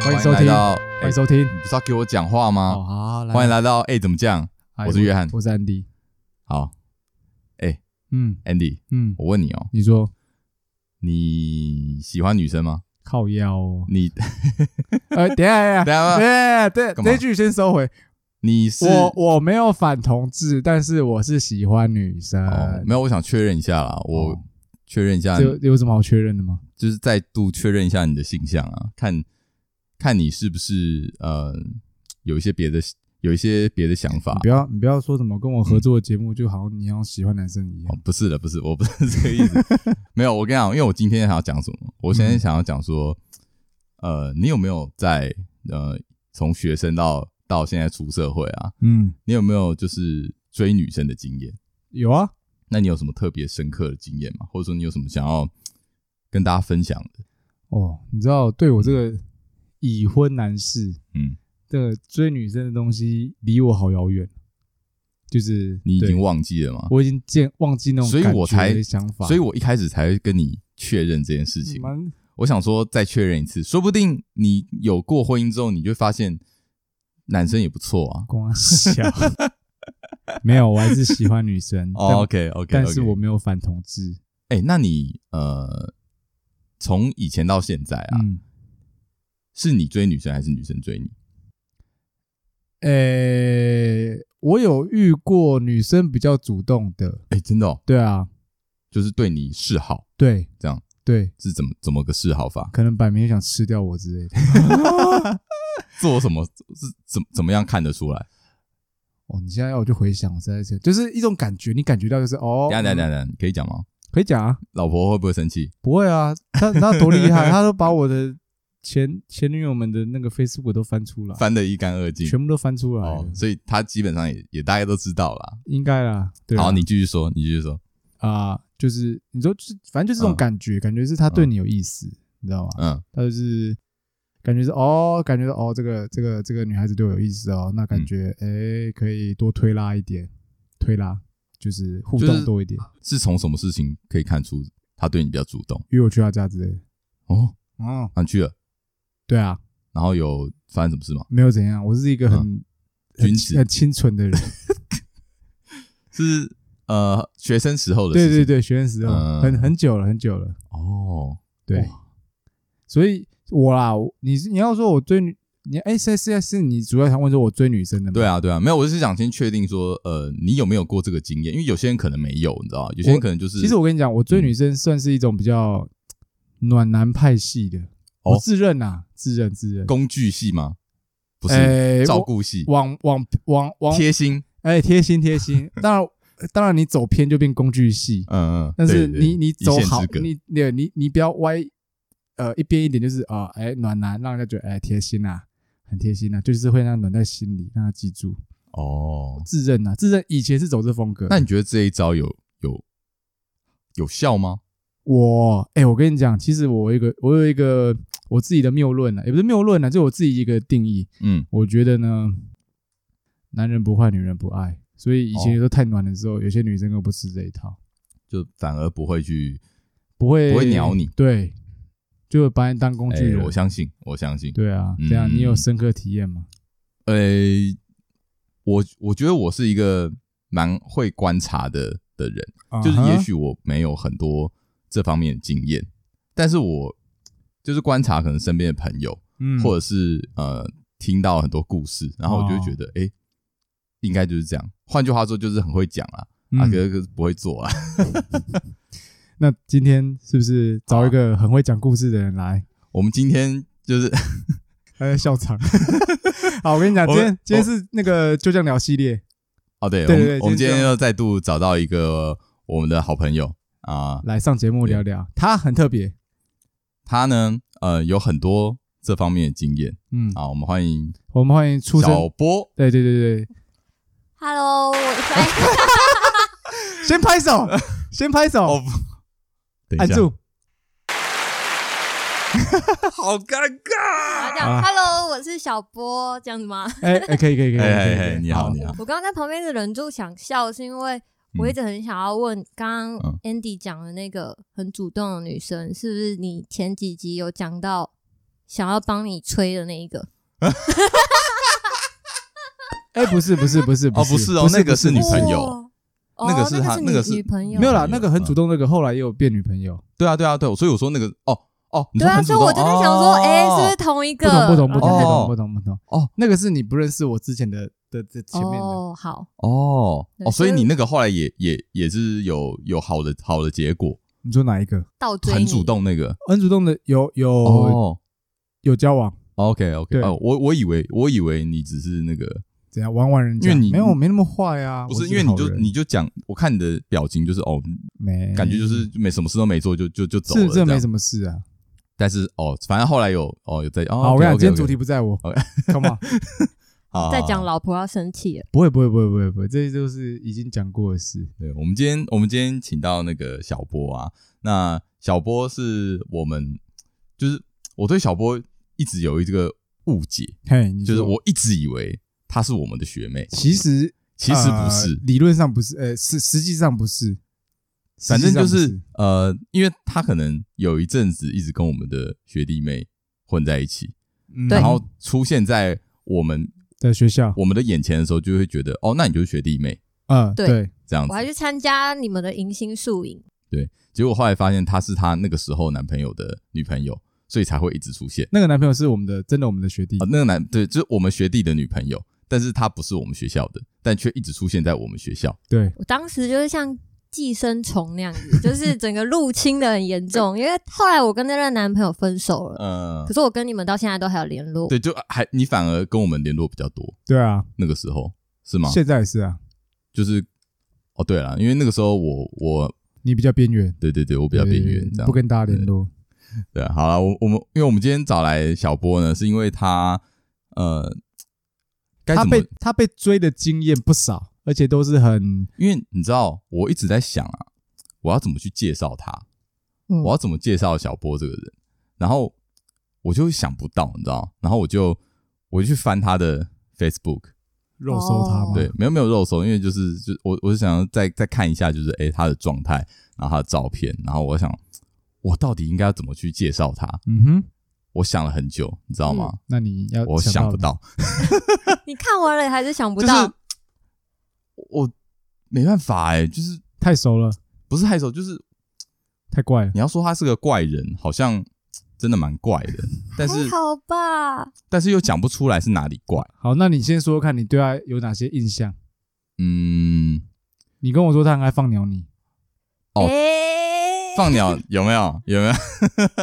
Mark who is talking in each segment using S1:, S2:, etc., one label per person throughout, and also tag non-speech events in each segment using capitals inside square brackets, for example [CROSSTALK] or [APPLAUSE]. S1: 欢迎来到，
S2: 欢
S1: 哎
S2: 迎收听。
S1: 你不是要给我讲话
S2: 哦，
S1: 吗？
S2: 好，
S1: 欢迎来到，哎，怎么讲？
S2: 来，
S1: 我是约翰
S2: 我是安迪。
S1: 好
S2: 嗯
S1: ，Andy，
S2: 嗯，
S1: 我问你哦，
S2: 你说
S1: 你喜欢女生吗？
S2: 靠
S1: [LAUGHS]
S2: 腰哦？
S1: 你
S2: 呃，等一
S1: 等
S2: 下
S1: 一
S2: 等
S1: 下
S2: 一下，对对，
S1: 干嘛
S2: 这句先收回。
S1: 你是
S2: 我我没有反同志，但是我是喜欢女生。
S1: 哦，没有，我想确认一下啦，
S2: 呃哦
S1: 我嗯确认一下，
S2: 这有什么好确认的吗？
S1: 就是再度确认一下你的性向啊，看看你是不是呃有一些别的有一些别的想法
S2: 你不。要你不要说什么跟我合作的节目，就好像你要喜欢男生一
S1: 哦
S2: 样。，
S1: 不是的，不是，我不是 [LAUGHS] 这个意思。没有，我跟你讲，因为我今天想要讲什么，我现在
S2: 嗯
S1: 想要讲说，呃，你有没有在呃从学生到到现在出社会啊，
S2: 嗯，
S1: 你有没有就是追女生的经验？
S2: 有啊，
S1: 那你有什么特别深刻的经验吗？或者说你有什么想要跟大家分享的？
S2: 哦，你知道，对我这个已婚男士，
S1: 嗯，
S2: 这个追女生的东西离我好遥远，就是
S1: 你已
S2: 对
S1: 经忘记了吗？
S2: 我已经见忘记那种
S1: 所以
S2: 感
S1: 我
S2: 觉
S1: 才
S2: 的想法，嗯
S1: 所以我一开始才会跟你确认这件事
S2: 你
S1: 情。
S2: 们
S1: 我想说再确认一次，说不定你有过婚姻之后，你就发现男生也不错啊。
S2: 光
S1: [LAUGHS]
S2: 小 [LAUGHS] 没有，我还是喜欢女生。但
S1: OK OK，
S2: 但是我没有反同志。
S1: 哎、那你呃，从以前到现在啊，
S2: 嗯，
S1: 是你追女生还是女生追你？
S2: 诶、我有遇过女生比较主动的，
S1: 哎、真的哦，
S2: 对啊，
S1: 就是对你示好，
S2: 对，
S1: 这样
S2: 对，
S1: 是怎么怎么个示好法？
S2: 可能摆明想吃掉我之类的。 [LAUGHS]
S1: 做什么是怎怎么样看得出来？
S2: 哦，你现在要我就回想，我实在是就是一种感觉，你感觉到就是哦，
S1: 等一下等一下等
S2: 嗯
S1: 一下，你可以讲吗？
S2: 可以讲啊，
S1: 老婆会不会生气？
S2: 不会啊，他他多厉害，他都把我的前前女友们的那个 Facebook 都翻出来，
S1: 翻得一干二净
S2: 全部都翻出来了
S1: 哦，所以他基本上也也大概都知道啦。
S2: 应该啦。对啊，
S1: 好，你继续说，你继续说。
S2: 啊、就是你说，就是反正就是这种
S1: 嗯
S2: 感觉，感觉是他对你有意思，你知道吗？
S1: 嗯
S2: 他就是感觉是哦，感觉是哦，这个这个这个女孩子对我有意思哦，那感觉哎、
S1: 嗯
S2: 诶可以多推拉一点，推拉就是互
S1: 就
S2: 动
S1: 是
S2: 多一点，
S1: 是从什么事情可以看出他对你比较主动？
S2: 约我去她家之类的。
S1: 哦，
S2: 哦，
S1: 那你去了，
S2: 对啊，
S1: 然后有发生什么事吗？
S2: 没有怎样，我是一个很、很
S1: 嗯君子
S2: 很清
S1: [LAUGHS]
S2: 纯的人。
S1: 是呃学生时候的
S2: 对
S1: 事情。
S2: 对对，学生时候、
S1: 嗯
S2: 很很久了，很久了。
S1: 哦，
S2: 对，所以我啦，我你是你要说我追女，你哎，现在现在是你主要想问说我追女生的吗？
S1: 对啊，对啊，没有，我是想先确定说，呃，你有没有过这个经验？因为有些人可能没有，你知道吗？有些人可能就是，嗯
S2: 其实我跟你讲，我追女生算是一种比较暖男派系的，
S1: 哦
S2: 我自认啊，自认自认，
S1: 工具系吗？不是，
S2: 哎
S1: 照
S2: 我
S1: 顾系，
S2: 往往往往
S1: 贴心，
S2: 哎贴心
S1: [LAUGHS]
S2: 贴心，当然当然你走偏就变工具系，
S1: 嗯嗯。
S2: 但是
S1: 对对
S2: 你你
S1: 一
S2: 走
S1: 线
S2: 好
S1: 之，隔
S2: 你你你你不要歪，呃一边一点就是啊哎、暖男，让人家觉得哎贴心啊，很贴心啊，就是会让他暖在心里，让他记住，
S1: 哦，
S2: 自认啊自认以前是走这风格，
S1: 那你觉得这一招有有有效吗？
S2: 我哎、我跟你讲，其实我有一个，我有一个我自己的谬论啊呢，也不是谬论呢，就我自己一个定义。
S1: 嗯，
S2: 我觉得呢，男人不坏，女人不爱，所以以前
S1: 哦
S2: 有时候太暖的时候，有些女生更不吃这一套，
S1: 就反而不会去，
S2: 不会
S1: 不会鸟你
S2: 对，就会把你当工
S1: 哎
S2: 具人。
S1: 我相信，我相信，
S2: 对啊，
S1: 嗯
S2: 这样你有深刻体验吗？
S1: 呃，我我觉得我是一个蛮会观察的的人，就是
S2: 啊哈
S1: 也许我没有很多这方面的经验，但是我就是观察可能身边的朋友，
S2: 嗯，哦
S1: 或者是呃听到很多故事，然后我就会觉得，哎、应该就是这样。换句话说，就是很会讲啊，啊，可
S2: 嗯，
S1: 是可是不会做啊。 [LAUGHS]
S2: 那今天是不是
S1: 啊
S2: 找一个很会讲故事的人来？
S1: 我们今天就是
S2: 呃，笑场。 [LAUGHS] 好，我跟你讲，
S1: 我
S2: 今天今天是那个就这样聊系列，
S1: 哦，对，
S2: 对对对
S1: 我们我们
S2: 今
S1: 今
S2: 天
S1: 天
S2: 这
S1: 又再度找到一个我们的好朋友啊、
S2: 来上节目聊聊，他很特别。
S1: 他呢，呃，有很多这方面的经验
S2: 嗯，
S1: 啊。我们欢迎
S2: 我们欢迎出
S1: 小
S2: 生，
S1: 波，
S2: 对对对
S3: Hello，我是哎，
S2: 对，先
S1: [LAUGHS]
S2: 拍手，先拍
S1: 哦
S2: 手，
S1: 等一
S2: 按
S1: 下，
S2: 住，
S1: 好尴
S3: 我要
S1: 尬。啊
S3: 这样 Hello，我是小波，这样子吗？ [LAUGHS]
S2: 哎哎，可以可以可以可以
S1: 哎哎
S2: 可以，
S1: 哎，你好，你好，
S3: 我刚刚在旁边的忍住想笑，是因为我一直很想要问，刚刚
S1: 嗯
S3: Andy 讲的那个很主动的女生，是不是你前几集有讲到想要帮你吹的那一个，
S2: 哎，不是不是不是
S1: 哦不是哦那个是女朋友嗯
S3: 哇哦
S1: 那
S3: 那
S1: 个是他那个
S3: 是
S1: 是
S3: 你女朋友
S2: 没有
S1: 了
S2: 啦，那个很主动，那个后来也有变女朋友，
S1: 对啊，对啊，对啊，所以我说那个哦哦，你
S3: 对
S1: 说
S3: 啊，
S1: 很主
S3: 所以
S1: 动，
S3: 我就在想说，
S1: 哦
S3: 哎、是不是同一
S2: 不
S3: 个？
S2: 同不同不同不
S1: 哦
S2: 同不同不同
S1: 哦，
S2: 那个是你不认识我之前的的的前面的，
S3: 哦，好，
S1: 哦
S3: 对
S1: 哦，所以
S3: 所以
S1: 你那个后来也也也是有有好的好的结果，
S2: 你说哪一个？
S3: 倒追
S1: 很
S3: 你
S1: 主，动那个
S2: 很主动的有有
S1: 哦。
S2: 有交往，
S1: OK OK，
S2: 对
S1: 哦，我我以为我以为你只是那个，
S2: 怎样玩玩人
S1: 因
S2: 家？
S1: 为你
S2: 没有，我没那么坏啊，
S1: 不
S2: 我
S1: 是
S2: 是
S1: 因为你
S2: 好
S1: 就
S2: 人
S1: 你就讲，我看你的表情就是哦，
S2: 没
S1: 感觉就是没什么事都没做就就就走了
S2: 是
S1: 这
S2: 这
S1: 样，
S2: 没什么事啊。
S1: 但是哦，反正后来有哦有在哦，
S2: 好，我跟你讲，今天
S1: OK，OK，OK
S2: 主
S1: 哦
S2: 题不在我 [LAUGHS]
S1: [LAUGHS] OK
S2: ，Come on，
S1: 好
S3: 在讲老婆要生气了，
S2: 不会不会不会不会不会，这就是已经讲过的事。
S1: 对，我们今天我们今天请到那个小波啊，那小波是我们就是我对小波一直有一个误解，
S2: 嘿，你
S1: 就是
S2: 说，
S1: 我一直以为她是我们的学妹，
S2: 其实
S1: 其实不
S2: 呃
S1: 是，
S2: 理论上不是，呃，实实际上不是，
S1: 反正就
S2: 实际上不
S1: 是呃，因为她可能有一阵子一直跟我们的学弟妹混在一起，
S2: 嗯
S3: 对
S1: 然后出现在我们
S2: 在学校，
S1: 我们的眼前的时候，就会觉得哦，那你就是学弟妹
S2: 嗯，
S3: 对
S2: 对，
S1: 这样子
S3: 我。还去参加你们的迎新宿营，
S1: 结果后来发现她是她那个时候男朋友的女朋友，所以才会一直出现。
S2: 那个男朋友是我们的，真的我们的学弟
S1: 啊，，那个男对，就是我们学弟的女朋友，但是她不是我们学校的，但却一直出现在我们学校。
S2: 对，
S3: 我当时就是像寄生虫那样子，就是整个入侵的很严重，因为后来我跟那任男朋友分手了，
S1: 嗯、
S3: 可是我跟你们到现在都还有联络，
S1: 对，就还你反而跟我们联络比较多，
S2: 对啊，
S1: 那个时候是吗？
S2: 现在也是啊，
S1: 就是哦，对了，因为那个时候我我
S2: 你比较边缘，
S1: 对对对，我比较边
S2: 对
S1: 缘，这样
S2: 嗯不跟大家联络，
S1: 对，啊好了，我我们因为我们今天找来小波呢，是因为他呃，该
S2: 他
S1: 怎么
S2: 被？他被追的经验不少，而且都是很
S1: 因为你知道，我一直在想啊，我要怎么去介绍他？
S3: 嗯
S1: 我要怎么介绍小波这个人？然后我就想不到，你知道？然后我就我就去翻他的 Facebook，
S2: 肉搜他
S3: 哦
S2: 嘛，
S1: 对，没有没有肉搜，因为就是就我我是想要再再看一下，就是诶他的状态，然后他的照片，然后我想我到底应该要怎么去介绍他？
S2: 嗯哼，
S1: 我想了很久，你知道吗？
S2: 那你要
S1: 我想不
S2: 嗯到
S1: 到，
S3: 你看完了还是想不
S1: 就是
S3: 到，
S1: 我没办法诶，就是
S2: 太熟了，
S1: 不是害羞，就是
S2: 太怪了，
S1: 你要说他是个怪人，好像真的蛮怪的，但是
S3: 还好吧？
S1: 但是又讲不出来是哪里怪，
S2: 好，那你先说说看你对他有哪些印象？
S1: 嗯。
S2: 你跟我说他很爱放鸟你，
S1: 哦
S3: 哎、
S1: [LAUGHS] 放鸟有没有？有没有？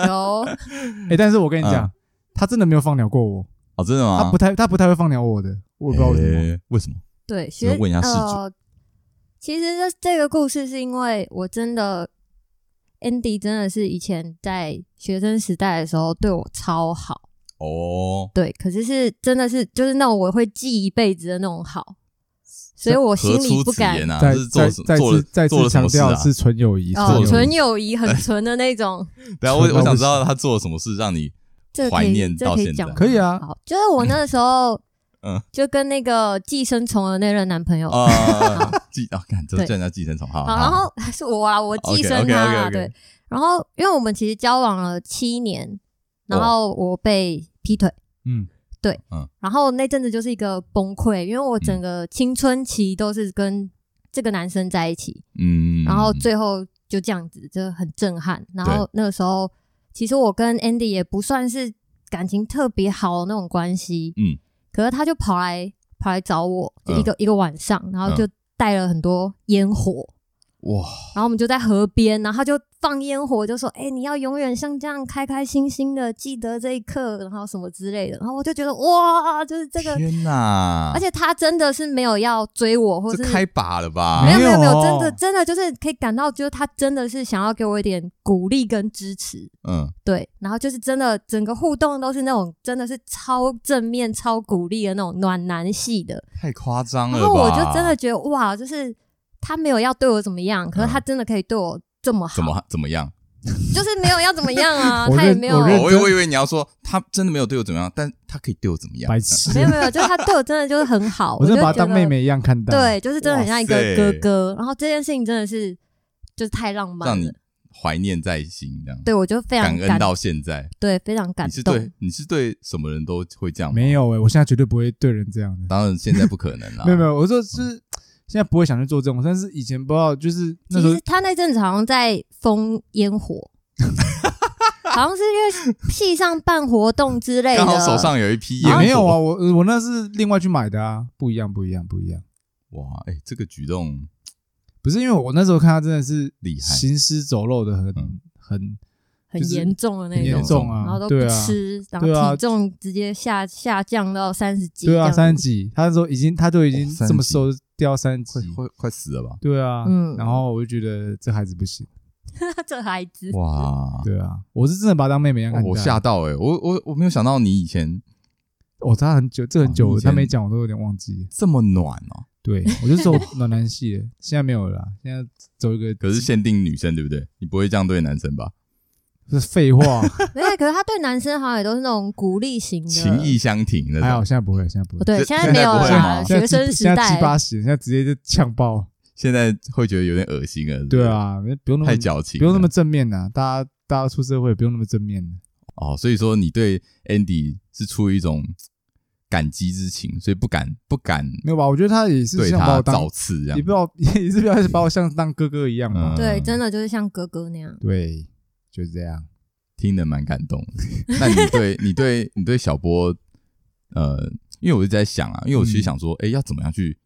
S3: 有嗯
S2: 哎、但是我跟你
S1: 啊
S2: 讲，他真的没有放鸟过我，
S1: 哦，真的吗？
S2: 他不太他不太会放鸟我的，我也不知道为什么。
S1: 诶为什么？
S3: 对，
S1: 能
S3: 学
S1: 问一下事主
S3: 呃，其实这这个故事是因为我真的，Andy 真的是以前在学生时代的时候对我超好，
S1: 哦，
S3: 对，可是是真的是就是那种我会记一辈子的那种好，所以我心
S1: 何
S3: 里
S1: 出
S3: 不
S1: 此
S3: 敢
S1: 言啊！
S2: 再
S1: 这是做
S2: 再
S1: 了什
S2: 再
S1: 做了
S2: 次再
S1: 做
S2: 次
S1: 了什
S2: 强
S1: 么事
S2: 调
S1: 啊？
S2: 是纯友谊，
S3: 哦，
S2: 纯
S3: 纯
S2: 友谊。
S3: 友谊很纯的
S1: [LAUGHS]
S3: 那种，
S1: 对啊，我
S2: 纯
S1: 我
S2: 到
S1: 想
S2: 不
S1: 知道他做了什么事让你
S3: 这个
S1: 怀
S3: 可以
S1: 念
S3: 这
S1: 到
S3: 个可以
S1: 现
S3: 讲
S1: 在，
S3: 吗
S2: 可以啊
S3: 好，就是我那个时候
S1: [LAUGHS] 嗯，
S3: 就跟那个寄生虫的那任男朋友，
S1: 啊
S3: [LAUGHS]
S1: 寄啊，看这
S3: 哦对
S1: 叫人家寄生虫好，
S3: 好，然后是我啊，我寄生他啊
S1: OK，OK，OK，OK
S3: 对。然后因为我们其实交往了七年，然后我被劈腿，
S2: 嗯，
S3: 然后那阵子就是一个崩溃，因为我
S1: 嗯
S3: 整个青春期都是跟这个男生在一起，
S1: 嗯，
S3: 然后最后就这样子，就很震撼。然
S1: 对
S3: 后那个时候，其实我跟 Andy 也不算是感情特别好的那种关系，
S1: 嗯，
S3: 可是他就跑来跑来找我，就
S1: 嗯
S3: 一个、一个晚上，然后就带了很多烟火。
S1: 哇，
S3: 然后我们就在河边，然后他就放烟火，就说：“哎、你要永远像这样开开心心的，记得这一刻，然后什么之类的。”然后我就觉得哇，就是这个，
S1: 天啊哪！
S3: 而且他真的是没有要追我，或
S1: 这
S3: 是
S1: 开把了吧？
S3: 没有没有没
S2: 没有
S3: 有，真
S2: 哦
S3: 的真的就是可以感到，就是他真的是想要给我一点鼓励跟支持，
S1: 嗯，
S3: 对，然后就是真的整个互动都是那种真的是超正面、超鼓励的那种暖男系的，
S1: 太夸张了
S3: 然
S1: 吧？
S3: 后我就真的觉得哇，就是他没有要对我怎么样，可是他真的可以对我这么好，
S1: 怎么怎么样？
S3: 就是没有要怎么样啊，
S2: 我
S3: 他也
S2: 认
S3: 没有
S2: 我
S1: 哦
S2: 认认
S1: 我以
S2: 真
S1: 我以为你要说他真的没有对我怎么样，但他可以对我怎么样？
S2: 白痴，
S3: 没有没有，就是他对我真的就是很好，
S2: [LAUGHS] 我真的
S3: 哦就
S2: 把他
S3: 觉
S2: 当
S3: 得
S2: 妹，妹一样看待。，
S3: 对，就是真的很像一个
S1: 哇塞
S3: 哥哥。然后这件事情真的是就是太浪
S1: 让
S3: 漫
S1: 你
S3: 了，
S1: 怀念在心，这样
S3: 对我就非常
S1: 感
S3: 感
S1: 恩到现在。
S3: 对非常感
S1: 你是
S3: 动
S1: 对。你是对什么人都会这样吗？
S2: 没，有哎、我现在绝对不会对人这样的。
S1: 当然现在不可能啦、
S2: 没有没有，我说就是现在不会想去做这种，但是以前不知道，就是那
S3: 其
S2: 时候
S3: 实他那阵子好像在封烟火， [LAUGHS] 好像是因为系上办活动之类的。
S1: 刚好手上有一批烟
S2: 也
S1: 火，
S2: 没有啊，我我那是另外去买的啊，不一样不一样不一样，
S1: 哇，哎、这个举动
S2: 不是因为我那时候看他真的是
S1: 厉害
S2: 行尸走肉的很
S1: 嗯
S2: 很
S3: 很
S2: 就是
S3: 严重
S2: 很
S3: 的那
S2: 严
S3: 种，
S2: 重
S3: 然后
S2: 啊，
S3: 都
S2: 对
S3: 不
S2: 啊。
S3: 吃，
S2: 对
S3: 然
S2: 啊
S3: 后体重直接下下降到三十几。
S2: 对啊，
S3: 这样
S2: 三十几，他说已经，他都已经
S1: 哇三十
S2: 这么
S1: 几
S2: 瘦，掉三十
S1: 快
S2: 几，
S1: 快快死了吧？
S2: 对啊，
S3: 嗯
S2: 然后我就觉得这孩子不行，
S3: [LAUGHS] 这孩子
S1: 哇，
S2: 对啊，我是真的把他当妹妹一样看
S1: 哦
S2: 待。
S1: 我吓到哎、我我我没有想到你以前
S2: 哦，他很久，这很
S1: 哦
S2: 久
S1: 你以
S2: 了，他
S1: 前
S2: 没讲，我都有点忘记了。
S1: 这么暖哦、
S2: 对，我就走
S3: [LAUGHS]
S2: 暖男系的，现在没有了啦，现在走一个
S1: 可是限定女生对不对？你不会这样对男生吧？
S2: 是
S1: [LAUGHS]
S2: 废话，
S3: 没有，可是他对男生好像也都是那种鼓励型的
S1: 情意相挺那
S2: 还好
S1: 种。
S2: 现在不会，现在不
S3: 哦
S2: 会。啊
S3: 对，
S1: 这
S3: 现在
S1: 现
S3: 没
S1: 在
S3: 有
S1: 不会
S3: 啦，
S1: 吗
S3: 学生时
S2: 现在七
S3: 代
S2: 八十，现在直接就呛爆。
S1: 现在会觉得有点恶心了。
S2: 对，啊，不用那么
S1: 太矫情了，
S2: 不用那么正面呐，大家大家出社会不用那么正面了。
S1: 哦。所以说你对 Andy 是出于一种感激之情，所以不敢不敢
S2: 没有吧？我觉得他也是
S1: 对
S2: 想把
S1: 他
S2: 我当
S1: 造，次这样
S2: 也不。知道 [LAUGHS] 也是不要把我像当哥哥一样嘛。
S1: 嗯
S3: 对，真的就是像哥哥那样。
S2: 对，就是这样。
S1: 听得蛮感动 [LAUGHS] 的。那你对 [LAUGHS] 你对你对小波，呃，因为我一直在想啊，因为我其实想说，
S2: 嗯
S1: 哎、要怎么样去，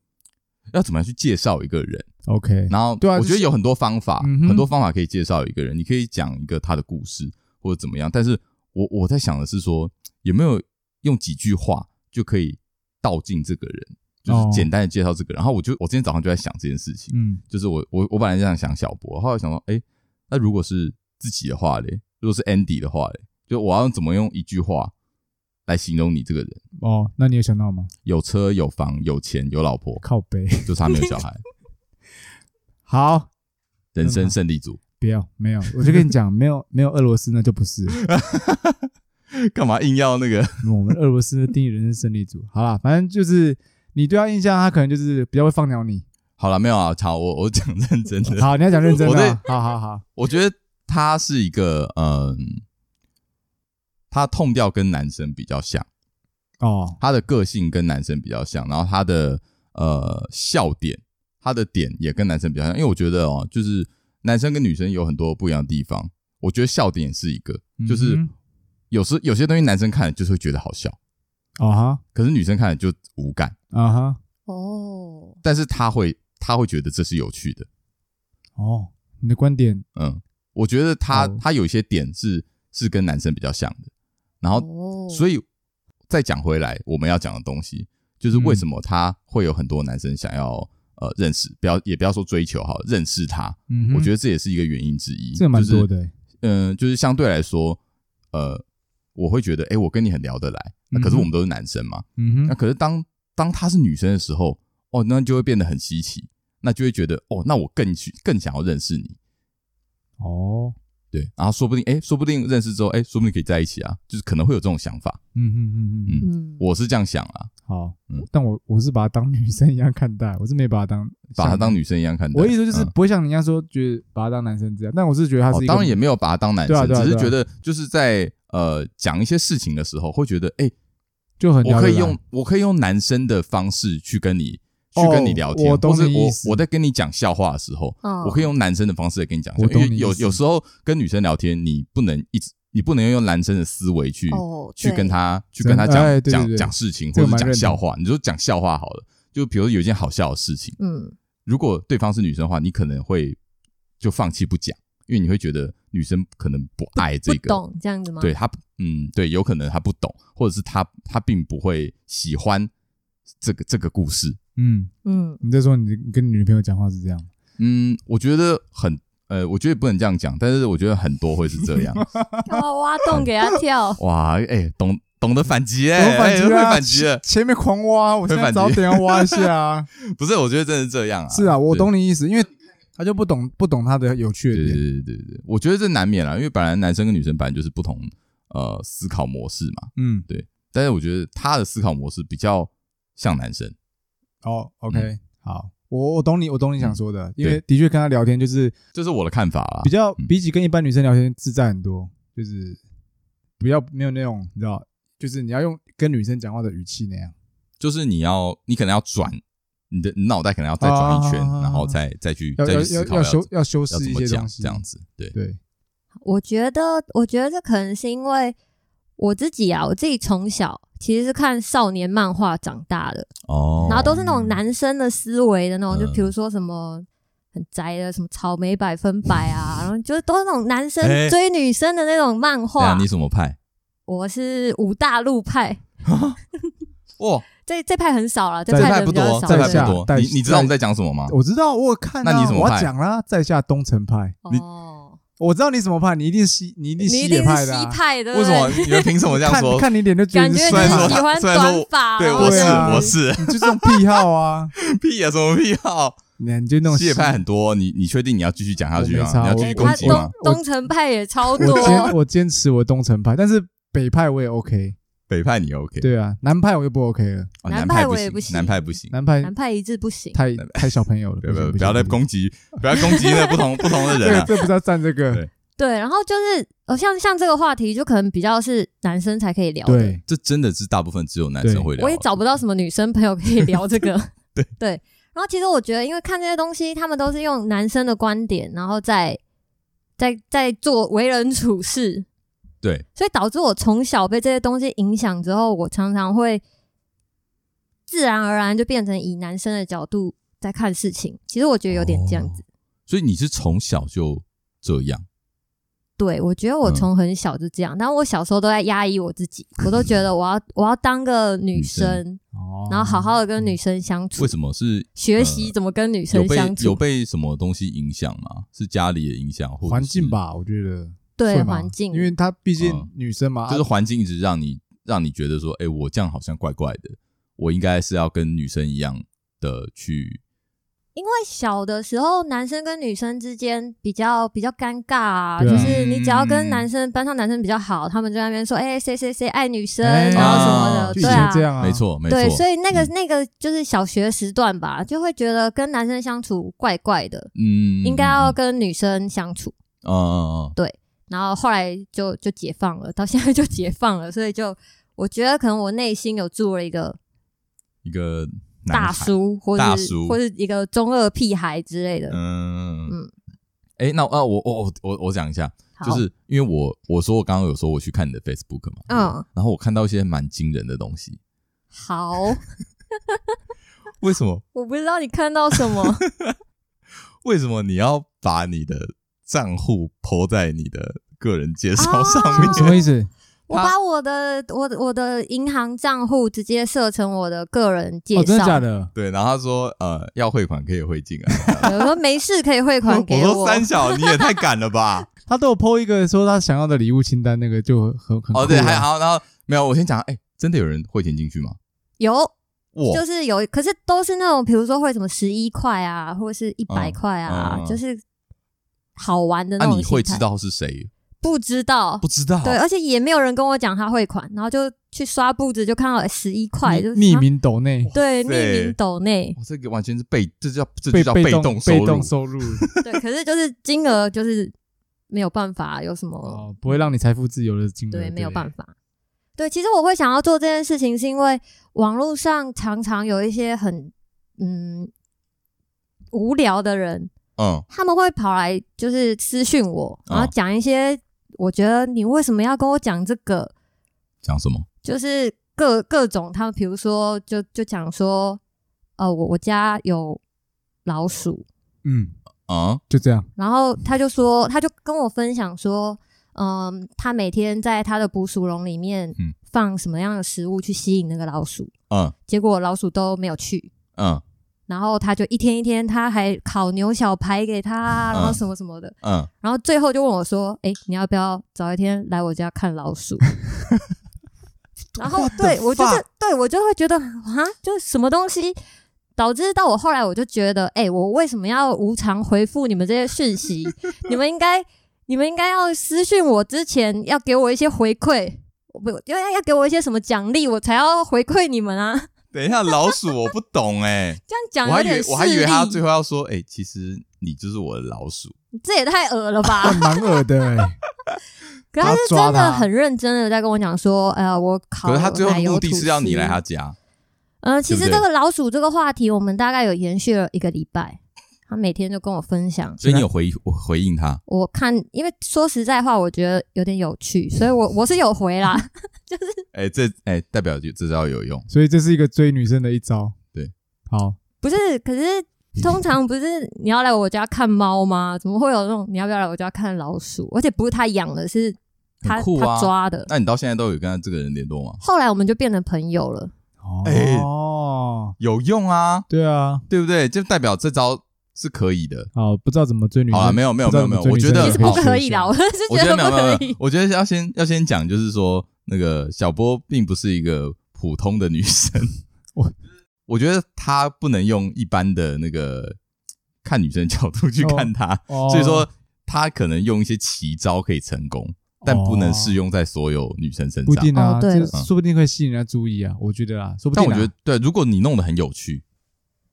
S1: 要怎么样去介绍一个人？
S2: OK，
S1: 然后，
S2: 对啊
S1: 我
S2: 就是
S1: 觉得有很多方法，
S2: 嗯哼
S1: 很多方法可以介绍一个人。你可以讲一个他的故事或者怎么样，但是我我在想的是说，有没有用几句话就可以道尽这个人，就是
S2: 哦
S1: 简单的介绍这个人。然后我就我今天早上就在想这件事情，
S2: 嗯，
S1: 就是我我我本来这样想小博，后来想说，哎、那如果是自己的话嘞，如果是 Andy 的话嘞，就我要怎么用一句话来形容你这个人？
S2: 哦，那你有想到吗？
S1: 有车有房有钱有老婆，
S2: 靠背，
S1: 就差没有小 [LAUGHS] 孩，
S2: 好，
S1: 人生胜利组。
S2: 不要，没有，我就跟你讲，没有没有俄罗斯那就不是
S1: [LAUGHS] 干嘛硬要那个？
S2: 我们俄罗斯的定义人生胜利组。好啦，反正就是你对他印象，他可能就是比较会放
S1: [LAUGHS]
S2: 鸟你。
S1: 好了，没有啊，好，我我讲认真的，
S2: 好，你要讲认真
S1: 我
S2: 的
S1: 对
S2: 啊，好好好，
S1: 我觉得他是一个，嗯，他痛调跟男生比较像，
S2: 哦，
S1: 他的个性跟男生比较像，然后他的呃笑点，他的点也跟男生比较像，因为我觉得哦，就是男生跟女生有很多不一样的地方，我觉得笑点也是一个，就是
S2: 嗯
S1: 有时有些东西男生看了就是会觉得好笑，
S2: 哼啊哈
S1: 可是女生看了就嗯无感，
S2: 啊哈，
S3: 哦，
S1: 但是他会他会觉得这是有趣的，
S2: 哦，你的观点
S1: 嗯，我觉得他、
S2: 哦
S1: 他有一些点是是跟男生比较像的，然后
S3: 哦
S1: 所以再讲回来，我们要讲的东西就是
S2: 嗯
S1: 为什么他会有很多男生想要呃认识，不要也不要说追求好，认识他，
S2: 嗯哼
S1: 我觉得这也是一个原因之一。
S2: 这蛮多
S1: 就是
S2: 的欸，
S1: 嗯、就是相对来说，呃，我会觉得，哎、我跟你很聊得来，那可是
S2: 嗯哼
S1: 我们都是男生嘛，
S2: 嗯
S1: 那
S2: 哼，
S1: 可是当当她是女生的时候，哦，那就会变得很稀奇，那就会觉得，哦，那我更去更想要认识你。
S2: 哦，
S1: 对，然后说不定，哎，说不定认识之后，哎，说不定可以在一起啊，就是可能会有这种想法，
S2: 嗯哼嗯哼嗯，
S1: 嗯
S3: 嗯，
S1: 我是这样想啊。
S2: 好
S1: 嗯，
S2: 但我我是把她当女生一样看待，我是没把她当
S1: 把她
S2: 像
S1: 当女生一样看待。
S2: 我意思就是
S1: 嗯
S2: 不会像人家说觉得把她当男生这样，但我是觉得她
S1: 哦
S2: 是一个
S1: 当然也没有把她当男
S2: 对啊
S1: 生，
S2: 对啊
S1: 只是
S2: 对啊
S1: 觉得就是在呃讲一些事情的时候，会觉得哎、诶
S2: 就很
S1: 我可以
S2: 聊得来
S1: 用我可以用男生的方式去跟你去
S2: 哦
S1: 跟你聊天，
S2: 我懂
S1: 或者
S2: 你
S1: 我
S2: 意思
S1: 我在跟你讲笑话的时候，
S3: 嗯
S1: 我可以用男生的方式来跟你讲笑
S2: 我
S1: 话，因
S2: 懂
S1: 为
S2: 你
S1: 有
S2: 意思
S1: 有时候跟女生聊天，你不能一直你不能用男生的思维去、
S3: 哦
S1: 去
S3: 对
S1: 跟她去跟她
S2: 真哎
S1: 讲
S2: 对对
S1: 讲
S2: 对
S1: 讲事情
S2: 这
S1: 或者
S2: 个蛮
S1: 讲
S2: 认
S1: 笑
S2: 同
S1: 话，你就讲笑话好了，就比如有一件好笑的事情。
S3: 嗯，
S1: 如果对方是女生的话，你可能会就放弃不讲，因为你会觉得女生可能不爱这
S3: 不
S1: 个，
S3: 懂这样子吗？
S1: 对她，嗯，对，有可能她不懂，或者是她她并不会喜欢这个这个故事。
S2: 嗯，
S3: 嗯，
S2: 你在说你跟你女朋友讲话是这样吗，
S1: 嗯，我觉得很呃，我觉得不能这样讲，但是我觉得很多会是这样。
S3: 干嘛挖洞给他跳？ [LAUGHS]
S1: 哇，哎、懂懂得反击哎、
S2: 我反
S1: 哎
S2: 击啊，
S1: 会反击了，
S2: 前前面狂挖，我现在
S1: 会反击
S2: 早点要挖一下 [LAUGHS] 啊。
S1: 不是？我觉得真的是这样啊。
S2: 是啊，我
S1: 对
S2: 懂你意思，因为他就不懂不懂他的有趣
S1: 对
S2: 的
S1: 对
S2: 点。
S1: 对对对，我觉得这难免啦，因为本来男生跟女生本来就是不同呃思考模式嘛。
S2: 嗯，
S1: 但是我觉得他的思考模式比较像男生。
S2: 哦，OK，好，我我懂你，我懂你想说的，因为
S1: 嗯对
S2: 的确跟她聊天就是
S1: 这是我的看法啦
S2: 比。较
S1: 嗯
S2: 比起跟一般女生聊天自在很多，就是不要没有那种你知道，就是你要用跟女生讲话的语气那样。
S1: 就是你要，你可能要转你的你脑袋，可能要再转一圈，
S2: 啊
S1: 然后再再去
S2: 要
S1: 再
S2: 要
S1: 去思
S2: 要
S1: 考
S2: 要
S1: 怎
S2: 修要修
S1: 要
S2: 饰
S1: 怎
S2: 一
S1: 么
S2: 些
S1: 讲
S2: 东西，
S1: 这样子。对，
S2: 对，
S3: 我觉得，我觉得这可能是因为我自己啊，我自己从小其实是看少年漫画长大的，
S1: 哦，
S3: 然后都是那种男生的思维的那种，
S1: 嗯
S3: 就比如说什么很宅的，什么草莓百分百啊， [LAUGHS] 然后就是都是那种男生
S1: 哎
S3: 追女生的那种漫
S1: 对啊
S3: 画。，
S1: 你什么派？
S3: 我是五大陆派，
S1: 哇，
S3: 这这派很少了，这
S1: 这
S3: 派
S1: 派
S3: 人
S1: 不
S3: 比较
S1: 多，
S3: 少。
S1: 这派
S2: 在下
S1: 不多。
S2: 在
S1: 你你知道我们在讲什么吗？
S2: 我知道，我有看、啊。
S1: 那你什么
S2: 我要
S1: 派
S2: 讲啦，在下东城派，
S1: 你
S3: 哦，
S2: 我知道你什么派，你一定西，你一定
S3: 你
S2: 西
S3: 一
S2: 野
S3: 定
S2: 派
S3: 是
S2: 的、
S3: 西
S2: 啊。
S3: 派的，
S1: 为什么你们凭什么这样
S2: 看
S1: 说？
S2: 看你脸就觉得
S3: 感
S2: 你
S3: 觉
S2: 是
S3: 你
S1: 虽
S2: 衰
S1: 然
S3: 是
S1: 说
S3: 喜
S1: 他
S2: 派，
S3: 欢
S1: 虽然说
S3: 短发，哦
S1: 对，
S3: 然后
S1: 我
S2: 对
S1: 是
S2: 啊
S1: 我是 [LAUGHS]
S2: 你就这种癖好啊， [LAUGHS]
S1: 屁呀，什么屁好？
S2: 你你就那种
S1: 西野派
S2: 西
S1: 很多，你你确定你要继续讲下去
S2: 我
S1: 吗
S2: 没？差
S1: 你要继
S2: 去
S1: 续
S3: 他
S1: 攻击吗
S3: 东？东城派也超
S2: 我坚
S3: 多，哦
S2: 我坚持我东城派，但是北派我也 OK，
S1: 北派你 OK，
S2: 对啊，南派我就不 OK 了，
S1: 哦
S3: 南
S1: 南
S3: 派
S1: 派
S3: 我也
S1: 不
S3: 不行
S1: 南派不行。
S2: 南派
S3: 南派一致不行。
S2: 太
S1: [LAUGHS]
S2: 太小朋友了，
S1: 不要不
S2: 行
S1: 要
S2: 不
S1: 不要
S2: 行
S1: 再
S2: 不行
S1: 攻击，不要攻击那不同 [LAUGHS] 不同的人
S2: 这
S1: 啊
S2: 个！这不知道站这个
S1: 对，
S3: 对，然后就是呃，像像这个话题，就可能比较是男生才可以聊的。
S2: 对，
S1: 这真的是大部分只有男生会聊。啊
S3: 我也找不到什么女生朋友可以聊这个。对然后其实我觉得，因为看这些东西，他们都是用男生的观点，然后再再再做为人处事，
S1: 对，
S3: 所以导致我从小被这些东西影响之后，我常常会自然而然就变成以男生的角度在看事情。其实我觉得有点这样子。
S1: 所以你是从小就这样，
S3: 对，我觉得我
S1: 嗯
S3: 从很小就这样，但我小时候都在压抑我自己，我都觉得我要我要当个女
S1: 女生
S3: 生，
S2: 哦
S3: 然后好好的跟
S1: 嗯
S3: 女生相处
S1: 为，什么是
S3: 学习怎么跟女
S1: 有
S3: 生
S1: 被
S3: 相
S1: 有
S3: 处，
S1: 被什么东西影响吗？是家里的影响，或者是
S2: 环境？吧，我觉得
S3: 对
S2: 会吗
S3: 环境
S2: 因为她毕竟
S1: 嗯
S2: 女生嘛，啊
S1: 就是环境一直让你让你觉得说，哎、我这样好像怪怪的，我应该是要跟女生一样的去
S3: 因为小的时候男生跟女生之间比较比较尴尬啊，
S2: 对啊
S3: 就是你只要跟
S1: 嗯
S3: 男生班上男生比较好，他们就在那边说，哎、谁谁谁爱女生，
S2: 哎
S3: 然后什么
S1: 啊
S3: 的，
S2: 就以
S3: 对
S2: 前
S3: 啊，
S2: 这样啊，
S1: 没，错，没错。
S3: 对，所以那个
S1: 嗯
S3: 那个就是小学时段吧，就会觉得跟男生相处怪怪的，
S1: 嗯
S3: 应该要跟女生相处。
S1: 嗯嗯嗯
S3: 然后后来就就解放了，到现在就解放了，所以就我觉得可能我内心有住了一个
S1: 一个男
S3: 大
S1: 孩，
S3: 叔，或
S1: 大
S3: 是
S1: 叔
S3: 或是一个中二屁孩之类的。
S1: 嗯
S3: 嗯
S1: 嗯。哎、那啊，我我我我我讲一下，
S3: 好
S1: 就是因为我我说我刚刚有说我去看你的 Facebook 嘛，
S3: 嗯，
S1: 然后我看到一些蛮惊人的东西，
S3: 好，
S1: 为什么？
S3: 我不知道你看到什
S1: [LAUGHS]
S3: 么，
S1: 为什么你要把你的账户抛在你的个人介绍上面？
S3: 哦
S2: 什么意思？
S3: 我把我的我的我的银行账户直接设成我的个人介
S2: 哦，真的
S3: 绍，
S2: 假的？
S1: [LAUGHS] 对，然后他说，呃，要汇款可以汇进来。
S3: 对我说没事可以 [LAUGHS] 汇款给
S1: 我说三小，你也太赶了
S3: [LAUGHS]
S1: 吧？
S2: 他都有 PO 一个说他想要的礼物清单，那个就很很
S1: 哦，对，
S2: 酷啊
S1: 还好，然后没有，我先讲，哎，真的有人汇钱进去吗？
S3: 有
S1: 哇，
S3: 就是有，可是都是那种，比如说会什么十一块啊，或者是一百
S1: 嗯
S3: 块啊，
S1: 嗯嗯
S3: 就是好玩的
S1: 那
S3: 那种、
S1: 你会知？道是谁？
S3: 不知道
S1: 不，知道，
S3: 对，而且也没有人跟我讲他汇款，然后就去刷步子，就看到哎十一块，
S2: 匿
S3: 就是
S2: 匿
S3: 啊
S2: 名抖内
S3: 对
S1: 塞
S3: 匿名抖内，
S1: 哇这个完全是被，这叫哦这就叫
S2: 被
S1: 动
S2: 动
S1: 收入
S2: 动。收入
S3: [LAUGHS] 对，可是就是金额就是没有办法有什么，
S2: 哦，不会让你财富自由的金额，
S3: 对，没有办
S2: 法。
S3: 法。对，其实我会想要做这件事情，是因为网络上常常有一些很嗯无聊的人，
S1: 嗯，
S3: 他们会跑来就是私讯我，然后
S1: 哦
S3: 讲一些、我觉得你为什么要跟我讲这个，
S1: 讲什么？
S3: 就是各各种他们，比如说就就讲说，呃，我我家有老鼠，
S2: 嗯，
S1: 嗯，
S2: 就这样。
S3: 然后他就说，他就跟我分享说，嗯，他每天在他的捕鼠笼里面
S1: 嗯
S3: 放什么样的食物去吸引那个老鼠，
S1: 嗯
S3: 结果老鼠都没有去。
S1: 嗯
S3: 然后他就一天一天，他还烤牛小排给他，然后
S1: 嗯
S3: 什么什么的，
S1: 嗯，
S3: 然后最后就问我说：“哎、你要不要早一天来我家看老鼠？”
S1: [LAUGHS]
S3: 然后
S1: What the
S3: 对我就是
S1: fuck？
S3: 对我就会觉得啊，就是什么东西，导致到我后来我就觉得，哎、我为什么要无偿回复你们这些讯息？你们应该你们应该要私讯我之前要给我一些回馈，我不要要给我一些什么奖励，我才要回馈你们啊！
S1: 等一下，老鼠我不懂
S3: [LAUGHS]
S1: 哎、
S3: 这样讲
S1: 我还
S3: 有
S1: 以为
S3: 点
S1: 我还以为他
S3: 势利
S1: 最后要说，哎、其实你就是我的老鼠。
S3: 这也太恶了吧！
S2: 蛮恶的欸，
S3: 可是他是
S2: 他抓
S3: 真
S2: 他
S3: 的很认真的在跟我讲说，哎、呀，我考
S1: 可是他最后的
S3: 奶油
S1: 目的
S3: 吐
S1: 是要你
S3: 司
S1: 来他家，
S3: 呃，其
S1: 对
S3: 实
S1: 不对
S3: 这个老鼠这个话题，我们大概有延续了一个礼拜。他每天就跟我分享，
S1: 所以你有回我回应他。
S3: 我看，因为说实在话，我觉得有点有趣，所以我我是有
S1: [LAUGHS]
S3: 回啦。
S1: 哎、这哎、代表就这招有用。
S2: 所以这是一个追女生的一招。
S1: 对，
S2: 好，
S3: 不是，可是通常不是你要来我家看猫吗？怎么会有那种你要不要来我家看老鼠？而且不是他养的，是他、
S1: 很酷啊
S3: 他抓的。
S1: 那你到现在都有跟他这个人联络吗？
S3: 后来我们就变成朋友了。
S1: 哎
S2: 哦，
S1: 有用啊，
S2: 对啊，
S1: 对不对？就代表这招是可以
S3: [LAUGHS]
S1: 的。
S2: 好，不知道怎么追女生。
S1: 好了，没有没有
S2: 不知
S1: 没
S2: 道
S1: 有没
S2: 怎么
S1: 有，我觉
S2: 追女生
S1: 得
S3: 其实不
S2: 可以
S3: 可以啦，
S2: 学
S3: 我是
S1: 我
S3: 觉
S1: 觉得没有没有
S3: 不可
S1: 没有
S3: 以，。
S1: 我觉得要先要先讲，就是说那个小波并不是一个普通的女生， [LAUGHS]
S2: 我
S1: 我觉得她不能用一般的那个看女生的角度去看她，
S2: 哦
S1: 所以说她可能用一些奇招可以成功，但不能适用在所有女生身
S2: 哦不一
S1: 上。
S2: 定啊，
S3: 哦对
S2: 这说不定会吸引人家注意啊，我觉得啦，说不定
S1: 但
S2: 啊。
S1: 我觉得对，如果你弄得很有趣，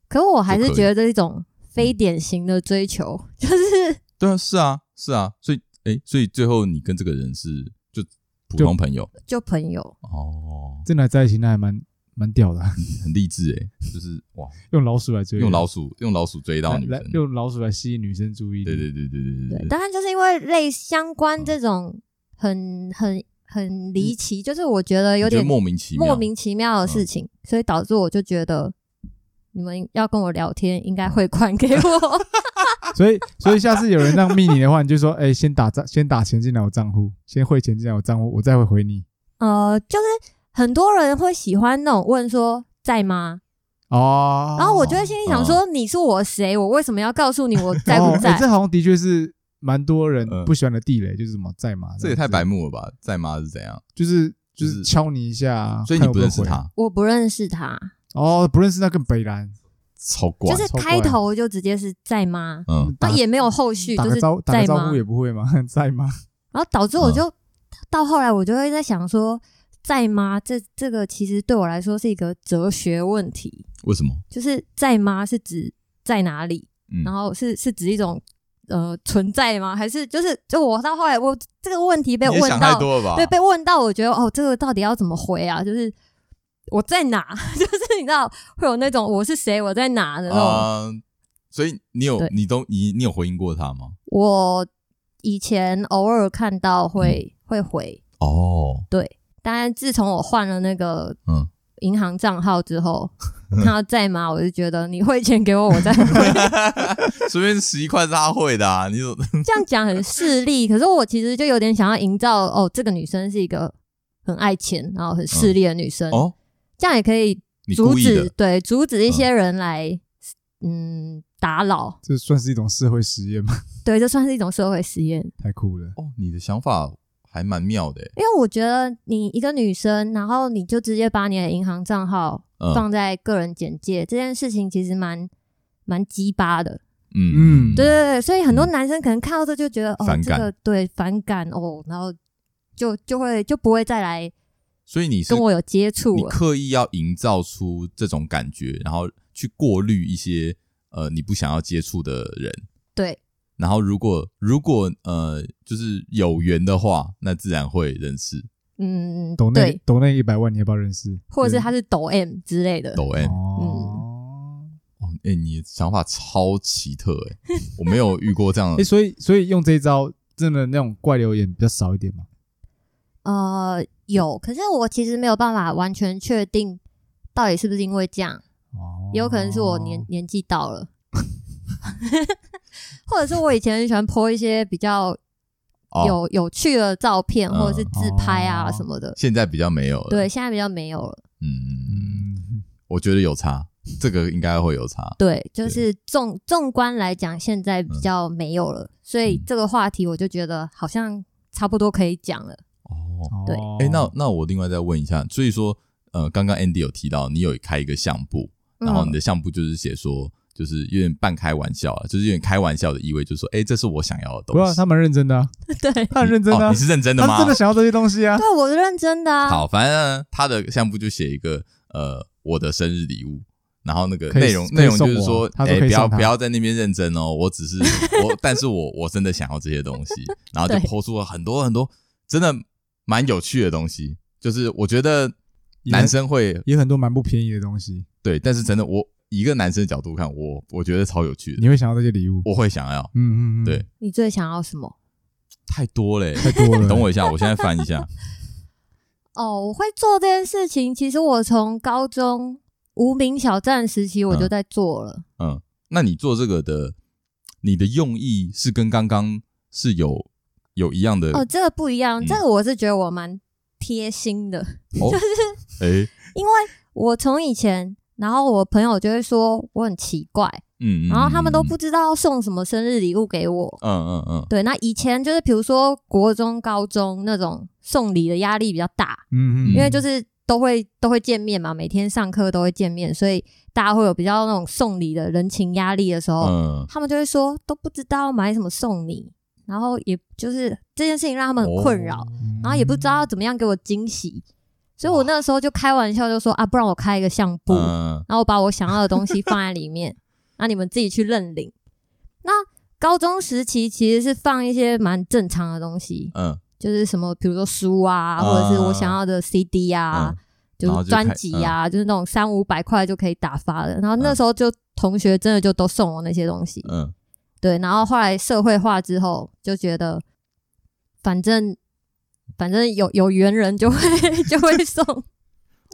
S3: 可我还
S1: 就是可以嗯
S3: 觉得这是一种非典型的追求，就是
S1: 对啊，是啊，是啊，所以哎，所以最后你跟这个人是就普
S2: 就
S1: 通朋友
S3: 就朋友。
S1: 哦，
S2: 真的在一起，那还蛮蛮屌的啊， [LAUGHS]
S1: 很励志哎，就是哇，
S2: 用老鼠来追，
S1: 用老鼠用老鼠追到女
S2: 来
S1: 生
S2: 来，用老鼠来吸引女生注意力。
S1: 对对对对对
S3: 对
S1: 对，，
S3: 当然就是因为类相关这种很很很离奇，就是我觉得
S1: 嗯
S3: 有
S1: 你觉得
S3: 点
S1: 莫名其妙，嗯
S3: 莫名其妙的事情，所以导致我就觉得你们要跟我聊天，应该汇款给
S1: [LAUGHS]
S3: 我。
S2: 所以，所以下次有人让密你的话，你就说， [LAUGHS] 哎、先打账，先打钱进来我账户，先汇钱进来我账户，我再会回你。
S3: 呃，就是很多人会喜欢那种问说。在吗？
S2: 哦，
S3: 然后我就会心里想
S1: 嗯
S3: 说：“你是我谁？我为什么要告诉你我在不
S2: 哦
S3: 在
S2: 哎这好像的确是蛮多人
S1: 嗯
S2: 不喜欢的地雷，就是什么在吗？
S1: 这也太白目了吧？在吗是怎样？
S2: 就是
S1: 就
S2: 就
S1: 是
S2: 是敲你一下，
S1: 所以你
S2: 看有
S1: 不
S2: 没有
S1: 认识
S2: 回
S1: 他，
S3: 我不认识他。
S2: 哦，不认识那更北蓝，
S1: 超”怪
S3: 就，是
S2: 超怪
S3: 开头就直接是在吗？
S1: 嗯，
S3: 那
S2: 打
S3: 也没有后续，
S2: 打
S3: 就
S2: 个
S3: 是
S2: 招打
S3: 在
S2: 个招
S3: 吗
S2: 呼？也不会吗？ [LAUGHS] 在吗？
S3: 然后导致我就、到后来，我就会在想说，在吗？这这个其实对我来说是一个哲学问题，
S1: 为什么？
S3: 就是在吗是指在哪里？
S1: 嗯
S3: 然后是是指一种呃存在吗？还是就是就我到后来我这个问题被
S1: 你也想
S3: 问
S1: 太
S3: 到，
S1: 多了吧？
S3: 对，被问到，我觉得哦，这个到底要怎么回啊？就是。我在哪？ [LAUGHS] 就是你知道会有那种我是谁，我在哪的那种。
S1: 啊，所以你有
S3: 对
S1: 你都你你有回应过他吗？
S3: 我以前偶尔看到
S1: 嗯
S3: 会、会回，
S1: 哦，
S3: 但是自从我换了那个
S1: 嗯
S3: 银行账号之后， [LAUGHS] 看到在吗？我就觉得你汇钱给我，
S1: [LAUGHS]
S3: 我再汇。
S1: [LAUGHS] 随便十一块是他会的啊，你有
S3: 这样讲很势利，可是我其实就有点想要营造哦，这个女生是一个很爱钱，然后很势利的女生，
S1: 哦，
S3: 这样也可以
S1: 你
S3: 阻
S1: 故意
S3: 止
S1: 的，
S3: 对阻止一些人来嗯打扰。
S2: 这算是一种社会实验吗？ [LAUGHS]
S3: 对，这算是一种社会实验，
S2: 太酷了。
S1: 哦，你的想法还蛮妙的欸，
S3: 因为我觉得你一个女生，然后你就直接把你的银行账号
S1: 嗯
S3: 放在个人简介，这件事情其实蛮蛮鸡巴的。
S1: 嗯
S2: 嗯
S3: 对对对，所以很多男生可能看到这就觉得哦，
S1: 反
S3: 这
S1: 感
S3: 个对反感哦，然后就就会就不会再来
S1: 所以你是
S3: 跟我有接触
S1: 你
S3: 了。
S1: 刻意要营造出这种感觉，然后去过滤一些呃你不想要接触的人。
S3: 对，
S1: 然后如果如果呃就是有缘的话，那自然会认识
S3: 嗯，
S2: 抖内
S3: 对，
S2: 抖内一百万，你要不要认识？
S3: 或者是他是抖 M 之类的。
S1: 抖 M。
S2: 哦，
S3: 嗯
S1: 哦，哎、你的想法超奇特哎、我没有遇过这样
S2: 哎、
S3: [LAUGHS]
S1: 的。
S2: 所以所以用这一招，真的那种怪留言比较少一点嘛？
S3: 呃，有，可是我其实没有办法完全确定到底是不是因为这样，
S2: 哦
S3: 也有可能是我
S1: 哦
S3: 年年纪到了， [LAUGHS] 或者是我以前很喜欢 po 一些比较
S1: 哦，
S3: 有、有趣的照片
S1: 嗯
S3: 或者是自拍啊
S2: 哦
S3: 什么的。
S1: 现在比较没有了。
S3: 对，，现在比较没有了。
S1: 嗯，
S2: 嗯，
S1: 我觉得有差，这个应该会有差。
S3: 对，就
S1: 对
S3: 是纵纵观来讲，现在比较没有了，所以
S1: 嗯
S3: 这个话题我就觉得好像差不多可以讲了。
S1: 哦，
S2: 哦
S3: 对
S1: 哎、那那我另外再问一下，所以说呃，刚刚 Andy 有提到你有开一个相簿，然后你
S3: 嗯、
S1: 的相簿就是写说，就是有点半开玩笑啊，就是有点开玩笑的意味，就是说，哎、这是我想要的
S2: 不
S1: 东
S2: 要
S1: 西。
S2: 他蛮认真的、啊，
S1: [LAUGHS]
S3: 对，
S2: 他很认真的、
S1: 哦，
S2: 啊
S1: 你是认真的
S2: 他
S1: 吗？
S2: 真的想要这些东西啊。
S3: 对我是认真的啊。
S1: 好，反正呢他的相簿就写一个呃我的生日礼物。然后那个
S2: 可以
S1: 内容
S2: 可以
S1: 内容就是
S2: 送我
S1: 说，
S2: 他说
S1: 哎、
S2: 可以
S1: 不要
S2: 送他
S1: 不要在那边认真哦，我只是我，但是我我真的想要这些东西，然后就
S3: 对
S1: 抛出了很多很多真的蛮有趣的东西，就是我觉得
S2: 也很
S1: 男生会
S2: 也很多蛮不便宜的东西，
S1: 对，但是真的我以一个男生的角度看，我我觉得超有趣的，
S2: 你会想要这些礼物。
S1: 我会想要
S2: 嗯嗯嗯，
S1: 对
S3: 你最想要什么？
S1: 太多嘞、
S2: 太
S1: [LAUGHS]
S2: 多了。
S1: 你等我一下，我现在翻一下，
S3: 哦，我会做这件事情，其实我从高中无名小站时期我就
S1: 嗯
S3: 在做了。
S1: 嗯，那你做这个的，你的用意是跟刚刚是有有一样的
S3: 哦，这个不一样，
S1: 嗯
S3: 这个我是觉得我蛮贴心的，
S1: 哦，哎、
S3: 因为我从以前，然后我朋友就会说我很奇怪，
S1: 嗯，嗯
S3: 然后他们都不，知道送什么生日礼物给我。
S1: 嗯嗯嗯，
S3: 对，那以前就是比如说国中、高中那种送礼的压力比较大，
S2: 嗯，嗯嗯，
S3: 因为就是都会都会见面嘛，每天上课都会见面，所以大家会有比较那种送礼的人情压力的时候，
S1: 嗯，
S3: 他们就会说都不知道买什么送你，然后也就是这件事情让他们很困扰，
S1: 哦
S2: 嗯
S3: 然后也不知道要怎么样给我惊喜，所以我那时候就开玩笑就说啊，不然我开一个相簿，
S1: 嗯
S3: 然后我把我想要的东西放在里面，那你们自己去认领。那高中时期其实是放一些蛮正常的东西，
S1: 嗯，
S3: 就是什么，比如说书啊，或者是我想要的 CD 啊，
S1: 嗯
S3: 就
S1: 然后
S3: 是
S1: 就开嗯
S3: 专辑啊，就是那种三五百块就可以打发的。然后那时候就同学真的就都送我那些东西，
S1: 嗯，
S3: 对。然后后来社会化之后，就觉得反正反正有有缘人就会 [LAUGHS] 就会送，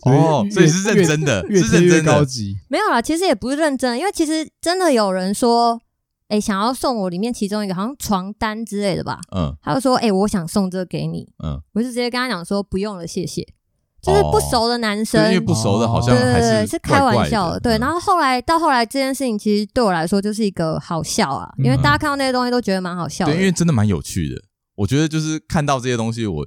S1: 哦，所以是认
S2: 越
S1: 真的，
S2: 越
S1: 是
S2: 贴
S1: 认
S2: 越
S1: 真
S2: 高
S1: 的，
S2: 级。
S3: 没有啦，其实也不是认真，因为其实真的有人说，哎、想要送我里面其中一个好像床单之类的吧，
S1: 嗯
S3: 他就说，哎、我想送这个给你，
S1: 嗯，
S3: 我就直接跟他讲说不用了，谢谢。就是不熟的男
S1: 就
S3: 生，
S1: 哦是因为不熟的，好像
S3: 对
S1: 还
S3: 对哦对，是开玩笑
S1: 的，嗯
S3: 的。对，然
S1: 后
S3: 后后来到后来这件事情，其实对我来说就是一个好笑啊，因为
S1: 嗯
S3: 大家看到那些东西都觉得蛮好笑的。
S1: 对，因为真的蛮有趣的，我觉得就是看到这些东西，我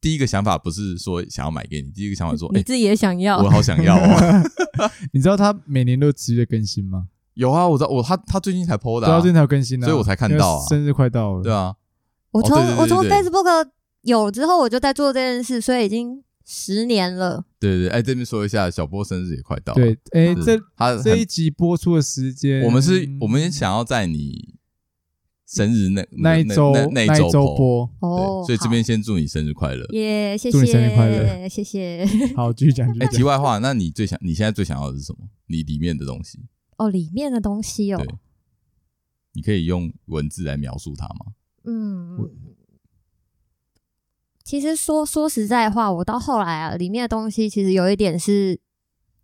S1: 第一个想法不是说想要买给你，第一个想法说，
S3: 你
S1: 哎，
S3: 自己也想要
S1: 我，好想要哦。
S2: [LAUGHS] 你知道他每年都持续地更新吗？
S1: 有啊，我知道，我他他最近才 PO 的、
S2: 对啊，最近才有更新啊，
S1: 所以我才看到啊
S2: 因为生日快到了，
S1: 对啊，
S3: 我从
S1: 哦对对对
S3: 我从
S1: 对对
S3: Facebook 有之后，我就在做这件事，所以已经十年了。
S1: 对对，哎，这边说一下，小波生日也快到了，
S2: 对，哎，
S1: 是
S2: 这
S1: 他
S2: 这一
S1: 很
S2: 集播出的时间，嗯
S1: 我们是，我们想要在你生日那
S2: 那一周
S1: 那那
S2: 一
S1: 周
S2: 周
S1: po
S2: 播，
S3: 哦
S1: 对，，所以这边先祝你生日快乐
S3: 好。耶，谢
S2: 祝
S3: 谢，
S2: 你生日快乐
S3: 谢谢。
S2: 好，继续讲，继
S1: 哎，
S2: 续
S1: 题
S2: 讲。
S1: 外话，那你最想你现在最想要的是什么？你里面的东西，
S3: 哦，里面的东西哦
S1: 对，你可以用文字来描述它吗？
S3: 嗯，其实说说实在话，我到后来啊，里面的东西其实有一点是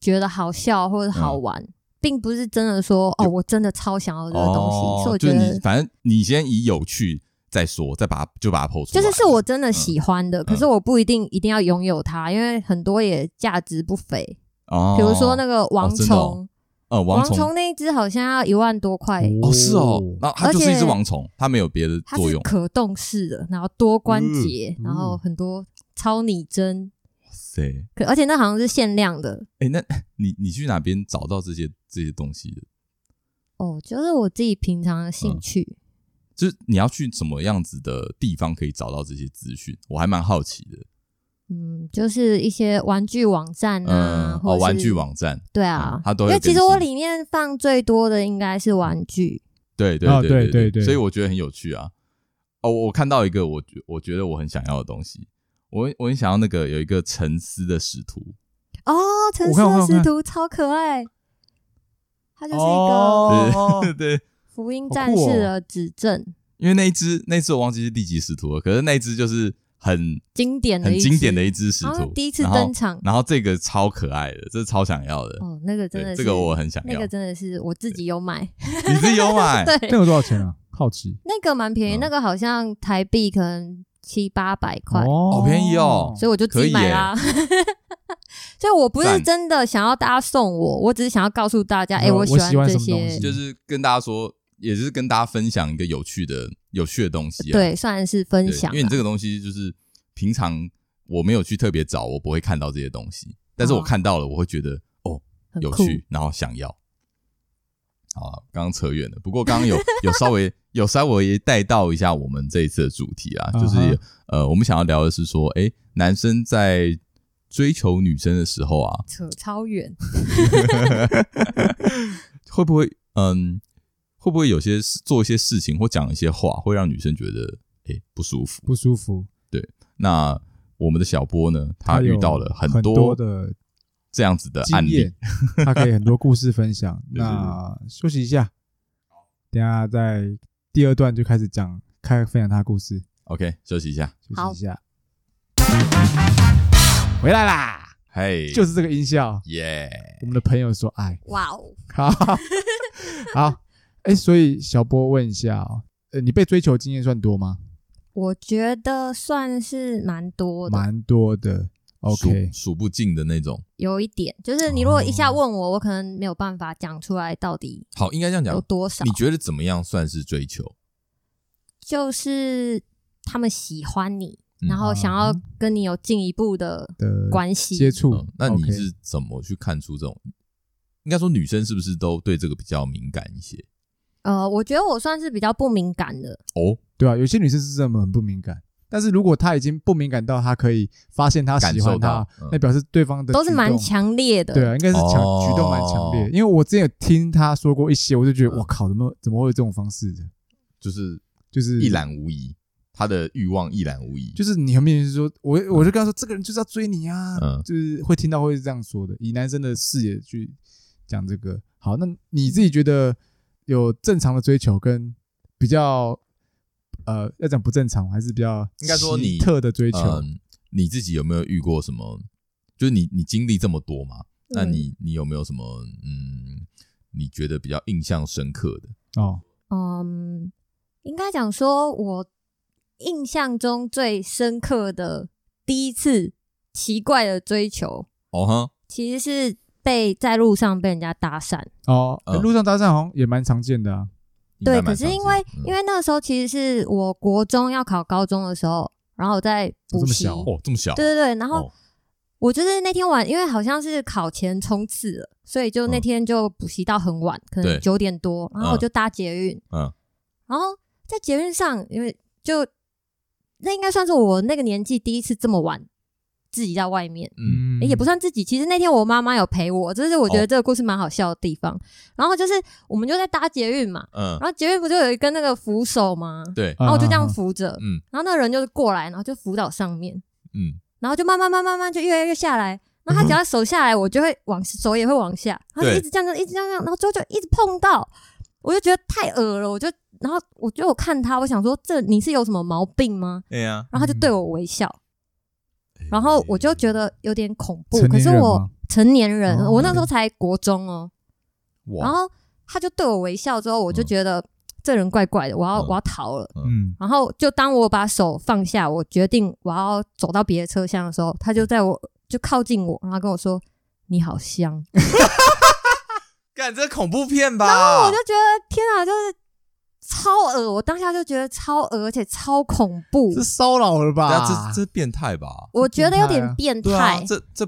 S3: 觉得好笑或者好
S1: 嗯
S3: 玩，并不是真的说哦，我真的超想要这个东西，所以我
S1: 哦就
S3: 觉
S1: 是你
S3: 得
S1: 反正你先以有趣再说，再把它就把它剖出
S3: 就
S1: 来。
S3: 是是我
S1: 嗯
S3: 真的喜欢的，可是我不一定一定要拥有它，因为很多也价值不菲，
S1: 哦，
S3: 比如说那个王
S1: 哦真的哦
S3: 虫，
S1: 呃
S3: 王
S1: 王
S3: 虫那一只好像要一万多块。
S1: 哦是哦，那它就是一
S3: 而
S1: 只
S3: 且
S1: 王虫，它没有别的
S3: 它
S1: 作
S3: 是
S1: 用。
S3: 可动式的，然后多关节，
S2: 嗯
S3: 然后很多超拟
S1: 嗯
S3: 真，
S1: 对，
S3: 可而且那好像是限量的，
S1: 哎，那你你去哪边找到这些这些东西的？
S3: 哦，就是我自己平常的兴趣。
S1: 就是你要去什么样子的地方可以找到这些资讯？我还蛮好奇的。
S3: 嗯就是一些玩具网站啊，
S1: 嗯，哦，
S3: 或者是
S1: 玩具网站，
S3: 对啊，
S1: 嗯它都会
S3: 因为其实
S1: 更新
S3: 我里面放最多的应该是玩具，
S1: 对对
S2: 哦
S1: 对
S2: 对
S1: 对对
S2: 对对
S1: 所以我觉得很有趣啊。哦，我我看到一个我觉我觉得我很想要的东西，我我很想要那个有一个沉思的使徒，
S3: 哦，城
S2: 我
S3: 市
S2: 看我
S3: 的
S2: 看
S3: 使徒超可爱，它就是一个
S2: 哦，
S1: [LAUGHS] 对，
S3: 福音
S2: 好酷
S3: 战士
S2: 哦
S3: 的指正，
S1: 因为那一只那一只我忘记是第几使徒了，可是那一只就是很
S3: 经典的
S1: 很
S3: 一
S1: 经典
S3: 只
S1: 的一只使
S3: 好
S1: 徒
S3: 像，第一次
S1: 然后
S3: 登场
S1: 然后这个超可爱的，这超想要的，
S3: 哦，那个真的
S1: 对，
S3: 是
S1: 这个我很想
S3: 那
S1: 要
S3: 个，真的是我自己
S1: [LAUGHS]
S3: 有买， [LAUGHS]
S1: 你自己有买？
S3: 对，
S2: [LAUGHS] 那个多少钱啊？好奇，
S3: 那个蛮便宜，
S1: 嗯
S3: 那个好像台币可能七八百块，
S2: 哦
S1: 好便宜哦
S3: 所以我就自己买啦。 [LAUGHS] 所以我不是
S1: 赞嗯
S3: 真的想要大家送我，我只是想要告诉大家，哎、
S2: 我
S3: 喜
S2: 我喜欢
S3: 这
S2: 什么东
S3: 些
S2: 西，
S1: 就是跟大家说，也是跟大家分享一个有趣的有趣的东西、啊，
S3: 对，算是分
S1: 对
S3: 享啊、
S1: 因为你这个东西就是平常我没有去特别找，我不会看到这些东西，但是我看到了，我会觉得哦
S3: 哦很
S1: 有
S3: 酷
S1: 趣，然后想要。好啊，刚刚扯远了，不过刚刚有 [LAUGHS] 有稍微有稍微带到一下我们这一次的主题啊，就是、
S2: 嗯哼
S1: 呃，我们想要聊的是说，诶，男生在追求女生的时候啊，
S3: 扯超远，
S1: [LAUGHS] 会不会嗯，会不会有些事做一些事情或讲一些话，会让女生觉得哎、诶不舒服？
S2: 不舒服。
S1: 那我们的小波呢，他
S2: 有
S1: 遇到了
S2: 很
S1: 很多
S2: 多的
S1: 这样子的案
S2: 经
S1: 例
S2: 验，他可以很多故事分享。
S1: [LAUGHS] 对对对
S2: 那休息一下，等一下在第二段就开始讲，开分享他的故事。
S1: OK，休息一下。
S2: 休息
S3: 好
S2: 一下，回来啦，
S1: 嘿，
S2: [LAUGHS] 就是这个音效。
S1: 耶
S2: 我们的朋友说爱，
S3: 哇哦， [LAUGHS]
S2: 好好，哎，所以小波问一下哦，呃，你被追求经验算多吗？
S3: 我觉得算是蛮多的，
S2: 蛮多的。OK，
S1: 数数不尽的那种。
S3: 有一点就是
S1: 哦
S3: 你如果一下问我，我可能没有办法讲出来到底
S1: 好，应该这样讲
S3: 有，多少
S1: 你，觉得怎么样算是追求？
S3: 就是他们喜欢你，
S1: 嗯
S3: 然后想要跟你有进一步的
S2: 的
S3: 关系，
S2: 啊接触
S1: 嗯，，那你
S2: OK
S1: 是怎么去看出这种？应该说女生是不是都对这个比较敏感一些？
S3: 呃，我觉得我算是比较不敏感的，
S1: 哦，
S2: 对啊，有些女生是这么很不敏感，但是如果她已经不敏感到她可以发现她喜
S1: 感受
S2: 欢
S1: 到
S2: 他，
S1: 嗯
S2: 那表示对方的
S3: 都是
S2: 举动
S3: 蛮强烈的。
S2: 对啊，应该是强
S1: 哦
S2: 举动蛮强烈。因为我之前有听她说过一些，我就觉得
S1: 嗯
S2: 我靠，怎么怎么会有这种方式的？
S1: 就是
S2: 就是
S1: 一，览无遗，她的欲望一览无遗，
S2: 就是你很明显是说，我我就跟她说，这个人就是要追你啊，
S1: 嗯
S2: 就是会听到会是这样说的，以男生的视野去讲这个。好，那你自己觉得有正常的追求跟比较？呃，要讲不正常还是比较
S1: 应该说你
S2: 奇特的追求，
S1: 嗯，你自己有没有遇过什么？就是你你经历这么多嘛，那
S3: 嗯
S1: 你你有没有什么嗯，你觉得比较印象深刻的？
S2: 哦，
S3: 嗯，应该讲说，我印象中最深刻的第一次奇怪的追求，
S1: 哦哈，
S3: 其实是被在路上被人家搭讪。
S2: 哦，
S1: 嗯
S2: 路上搭讪好像也蛮常见的啊。
S1: 应该
S3: 对，
S1: 蛮
S3: 可是
S1: 常
S3: 因
S1: 见
S3: 为、
S1: 嗯
S3: 因为那个时候其实是我国中要考高中的时候，然后我在
S2: 这
S3: 补
S2: 么
S3: 习。
S2: 小啊
S1: 哦这么小，
S3: 对对对，然后
S1: 哦
S3: 我就是那天晚，因为好像是考前冲刺了，所以就那
S1: 嗯
S3: 天就补习到很晚，可
S1: 对
S3: 能九点多，然后我
S1: 嗯
S3: 就搭捷运，
S1: 嗯
S3: 然后在捷运上，因为就那应该算是我那个年纪第一次这么晚自己在外面，
S1: 嗯
S3: 诶也不算自己。其实那天我妈妈有陪我，这是我觉
S1: 哦
S3: 得这个故事蛮好笑的地方。然后就是我们就在搭捷运嘛，
S1: 嗯
S3: 然，后捷运不就有一根那个扶手吗？
S1: 对，
S2: 啊，
S3: 然后哦我就这样
S2: 啊
S3: 扶着，
S1: 嗯
S3: 然后那个人就是过来，然后就扶到上面，
S1: 嗯，
S3: 然后就慢慢慢慢慢慢就越来越下来。然后他只要手下来，我就会往手也会往下，然后就
S1: 对
S3: 一直这样子，一直这样这样，然后之后就一直碰到，我就觉得太恶了，我就然后我就我看他，我想说这你是有什么毛病吗？
S1: 对呀，
S3: 然后他就对我微笑，然后我就
S2: 哎
S3: 觉得有点恐怖。
S2: 成
S3: 可
S2: 年
S3: 是
S2: 人
S3: 我
S2: 吗
S3: 成年人，
S2: 哦
S3: 我那时候才国中哦，
S1: 哇，
S3: 然后他就对我微笑之后，我就
S1: 嗯
S3: 觉得这人怪怪的，我要
S1: 嗯
S3: 我要逃了。
S2: 嗯，
S3: 然后就当我把手放下，我决定我要走到别的车厢的时候，他就在我就靠近我，然后跟我说：“你好香。
S1: 干这恐怖片吧？”
S3: 我就觉得天啊，就是超恶，我当下就觉得超恶，而且超恐怖
S2: 是，骚扰了
S1: 对
S2: 吧？
S1: 啊，这这变态吧？
S3: 我觉得有
S2: 变态啊
S3: 点变
S1: 对啊
S3: 态，。
S1: 这这，